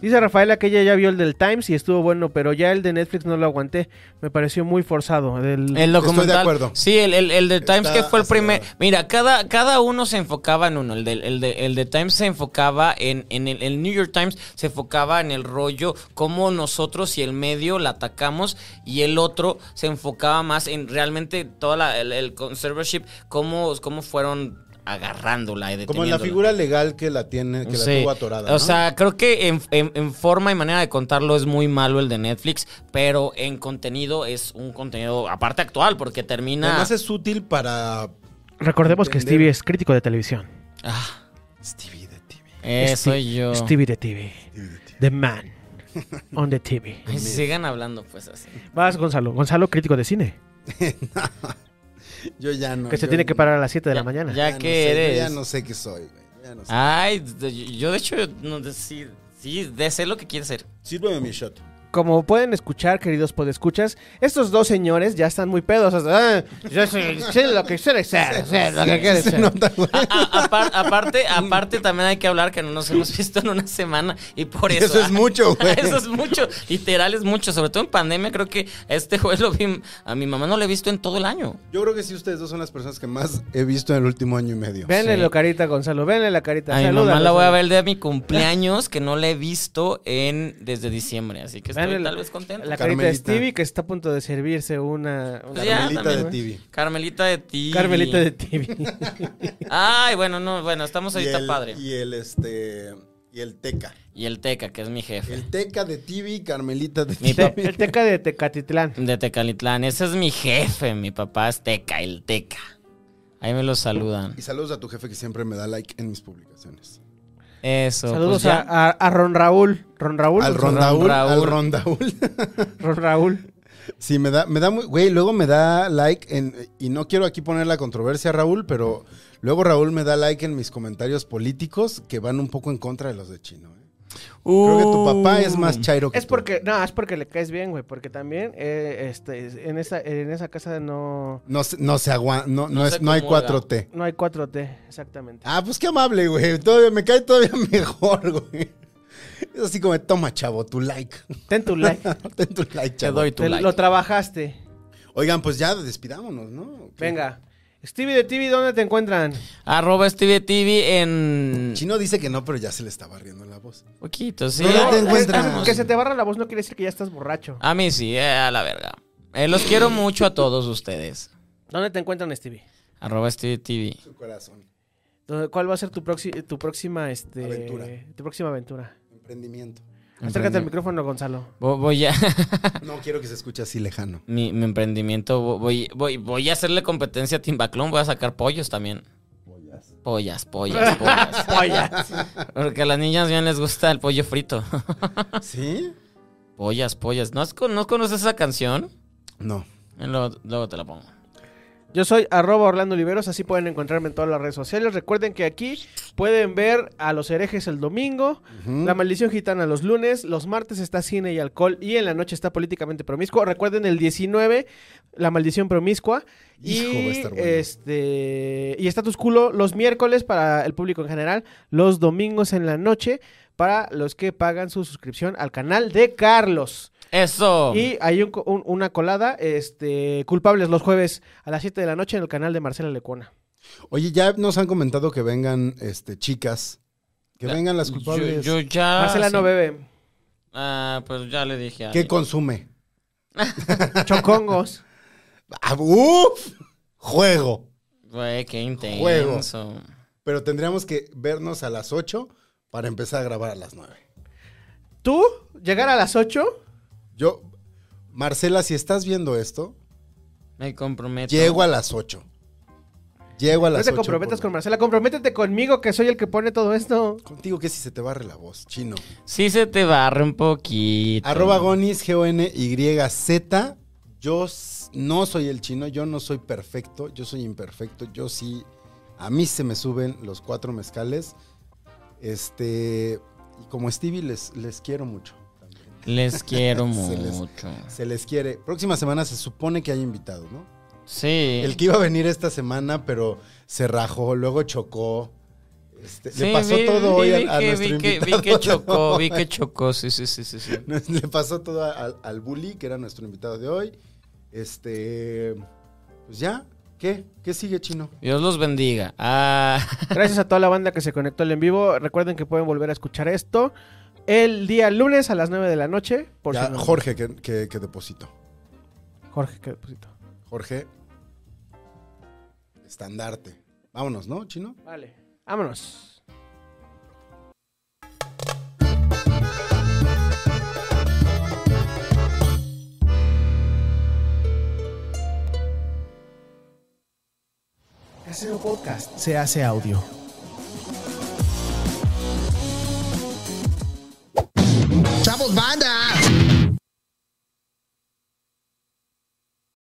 Dice Rafaela que ella ya vio el del Times y estuvo bueno, pero ya el de Netflix no lo aguanté. Me pareció muy forzado. El- El documental. Estoy de acuerdo. Sí, el, el, el de Times Está que fue el primer. acelerado. Mira, cada, cada uno se enfocaba en uno. El de, el de, el de Times se enfocaba en, en el, el New York Times se enfocaba en el rollo, cómo nosotros y el medio la atacamos, y el otro se enfocaba más en realmente toda la, el, el conservatorship, cómo, cómo fueron agarrándola y Como en la deteniéndola. figura legal que la tiene, que la Sí. tuvo atorada. O ¿no? sea, creo que en, en- en forma y manera de contarlo es muy malo el de Netflix, pero en contenido es un contenido aparte actual, porque termina. Además es útil para Recordemos que Entender. Stevie es crítico de televisión. Ah, Stevie de TV. eh, Steve- soy yo. Stevie de TV. The man. On the TV. Ay, sigan hablando, pues así. Vas, Gonzalo. Gonzalo, crítico de cine. Yo ya no. Que se yo- tiene que parar a las 7 de la Ya- mañana. Ya, no que sé, yo eres. Ah. ya no sé qué soy, güey. Ya no sé. Ay, de- yo de hecho, no, de- sí, sí, de sé lo que quieres ser. Sírveme mi shot. Como pueden escuchar, queridos podescuchas, estos dos señores ya están muy pedos. hasta, "Ah, yo soy, sé lo que quieres ser, sé lo que quieres ser". A- a- apar- aparte, aparte también hay que hablar que no nos hemos visto en una semana y por Y eso. eso es mucho, güey. Eso es mucho, literal es mucho. Sobre todo en pandemia, creo que a este juez lo vi. A mi mamá no lo he visto en todo el año. Yo creo que sí, ustedes dos son las personas que más he visto en el último año y medio. Véanle Sí. la carita, Gonzalo. Véanle la carita. A mi Salúdalo, mamá la voy salúdalo. a ver el día de mi cumpleaños, que no la he visto en desde diciembre. Así que estoy Véanle la- tal vez contento. La carita de Carmelita. Stevie que está a punto de servirse una. una Pues ya, Carmelita también, de ¿no? TV. Carmelita de ti. Carmelita de TV. Ay, bueno, no, bueno, estamos ahorita el, padre. Y el este. Y el Teca. Y el Teca, que es mi jefe. El Teca de TV, Carmelita de Mi TV. papá. Te- el teca de Tecatitlán. De Tecalitlán. Ese es mi jefe. Mi papá es Teca, el Teca. Ahí me lo saludan. Y saludos a tu jefe que siempre me da like en mis publicaciones. Eso. Saludos pues ya. a, a- a Ron Raúl. Ron Raúl. Al Ron Rondaúl. Raúl. Al Rondaúl. Ron Raúl. Sí, me da, me da muy. Güey, luego me da like en. Y no quiero aquí poner la controversia, Raúl, pero luego Raúl me da like en mis comentarios políticos que van un poco en contra de los de Chino. ¿eh? Creo que tu papá es más chairo que Es tú. porque, no, es porque le caes bien, güey. Porque también eh, este, en, esa, en esa casa no, No, se- no se aguanta. No, no No es- se no hay acomoda. 4T. no hay 4T, exactamente. Ah, pues qué amable, güey. Todavía me cae todavía mejor, güey. Es así como, toma, chavo, tu like. Ten tu like. Ten tu like, Te chavo. doy tu Te- like. Lo trabajaste. Oigan, pues ya despidámonos, ¿no? ¿Qué? Venga. Stevie de TV, ¿dónde te encuentran? Arroba Stevie TV en. Chino dice que no, pero ya se le estaba riendo la voz. Poquito, sí. ¿Dónde Ahí te es- encuentran? estamos. Pues, Que se te barra la voz no quiere decir que ya estás borracho. A mí sí, eh, a la verga. Eh, los quiero mucho a todos ustedes. ¿Dónde te encuentran, Stevie? Arroba Stevie TV. Su corazón. ¿Dónde- ¿Cuál va a ser tu, proxi- tu próxima este, Aventura. Tu próxima aventura. Emprendimiento. Acércate al micrófono, Gonzalo. Vo- Voy a. No quiero que se escuche así lejano. mi, mi emprendimiento. vo- Voy, voy, voy a hacerle competencia a Timbaclón. Voy a sacar pollos también. Pollas, pollas, pollas. Porque a las niñas bien les gusta el pollo frito. ¿Sí? pollas, pollas. ¿No, has con- ¿no conoces esa canción? No. Eh, Luego, luego te la pongo. Yo soy arroba Orlando Oliveros, así pueden encontrarme en todas las redes sociales. Recuerden que aquí pueden ver a los herejes el domingo, Mm. La Maldición Gitana los lunes, los martes está cine y alcohol y en la noche está políticamente promiscuo. Recuerden el 19, La Maldición Promiscua. Hijo, y, va a estar bueno. este, y Status Culo los miércoles para el público en general, los domingos en la noche para los que pagan su suscripción al canal de Carlos. Eso. Y hay un co- un- una colada, este, culpables los jueves a las 7 de la noche en el canal de Marcela Lecuona. Oye, ya nos han comentado que vengan este, chicas. Que La- vengan las Yo, culpables. yo ya. Marcela sí. no bebe. Ah, pues ya le dije. a ¿Qué alguien. consume? Chocongos. Ah, ¡Uf! Juego. Güey, qué intenso. Juego. Pero tendríamos que vernos a las 8 para empezar a grabar a las 9. Tú, llegar a las 8, Yo, Marcela, si estás viendo esto, Me comprometo. llego a las 8. Llego a no las 8. te comprometas con Marcela, comprométete conmigo que soy el que pone todo esto. Contigo que si se te barre la voz, chino. Sí se te barre un poquito. Arroba Gonis, G-O-N-Y-Z. Yo s- no soy el chino, yo no soy perfecto, yo soy imperfecto. Yo sí, a mí se me suben los cuatro mezcales. Este, y como Stevie, les, les quiero mucho. también. Les quiero Se les- mucho. Se les quiere. Próxima semana se supone que hay invitados, ¿no? Sí. El que iba a venir esta semana, pero se rajó, luego chocó. Este, Sí, le pasó vi- todo vi- hoy vi a, a que- nuestro vi que, vi invitado. que chocó, vi que chocó, sí, sí, sí, sí. sí. Le pasó todo al, al bully, que era nuestro invitado de hoy. Este. Pues ya. ¿Qué? ¿Qué sigue, chino? Dios los bendiga. Ah, Gracias a toda la banda que se conectó al en vivo. Recuerden que pueden volver a escuchar esto el día lunes a las 9 de la noche. Por Ya, si no- Jorge, que, que, que depositó. Jorge, que depositó. Jorge. Estandarte. Vámonos, ¿no, chino? Vale, vámonos. Casero Podcast se hace audio. ¡Chavos, banda!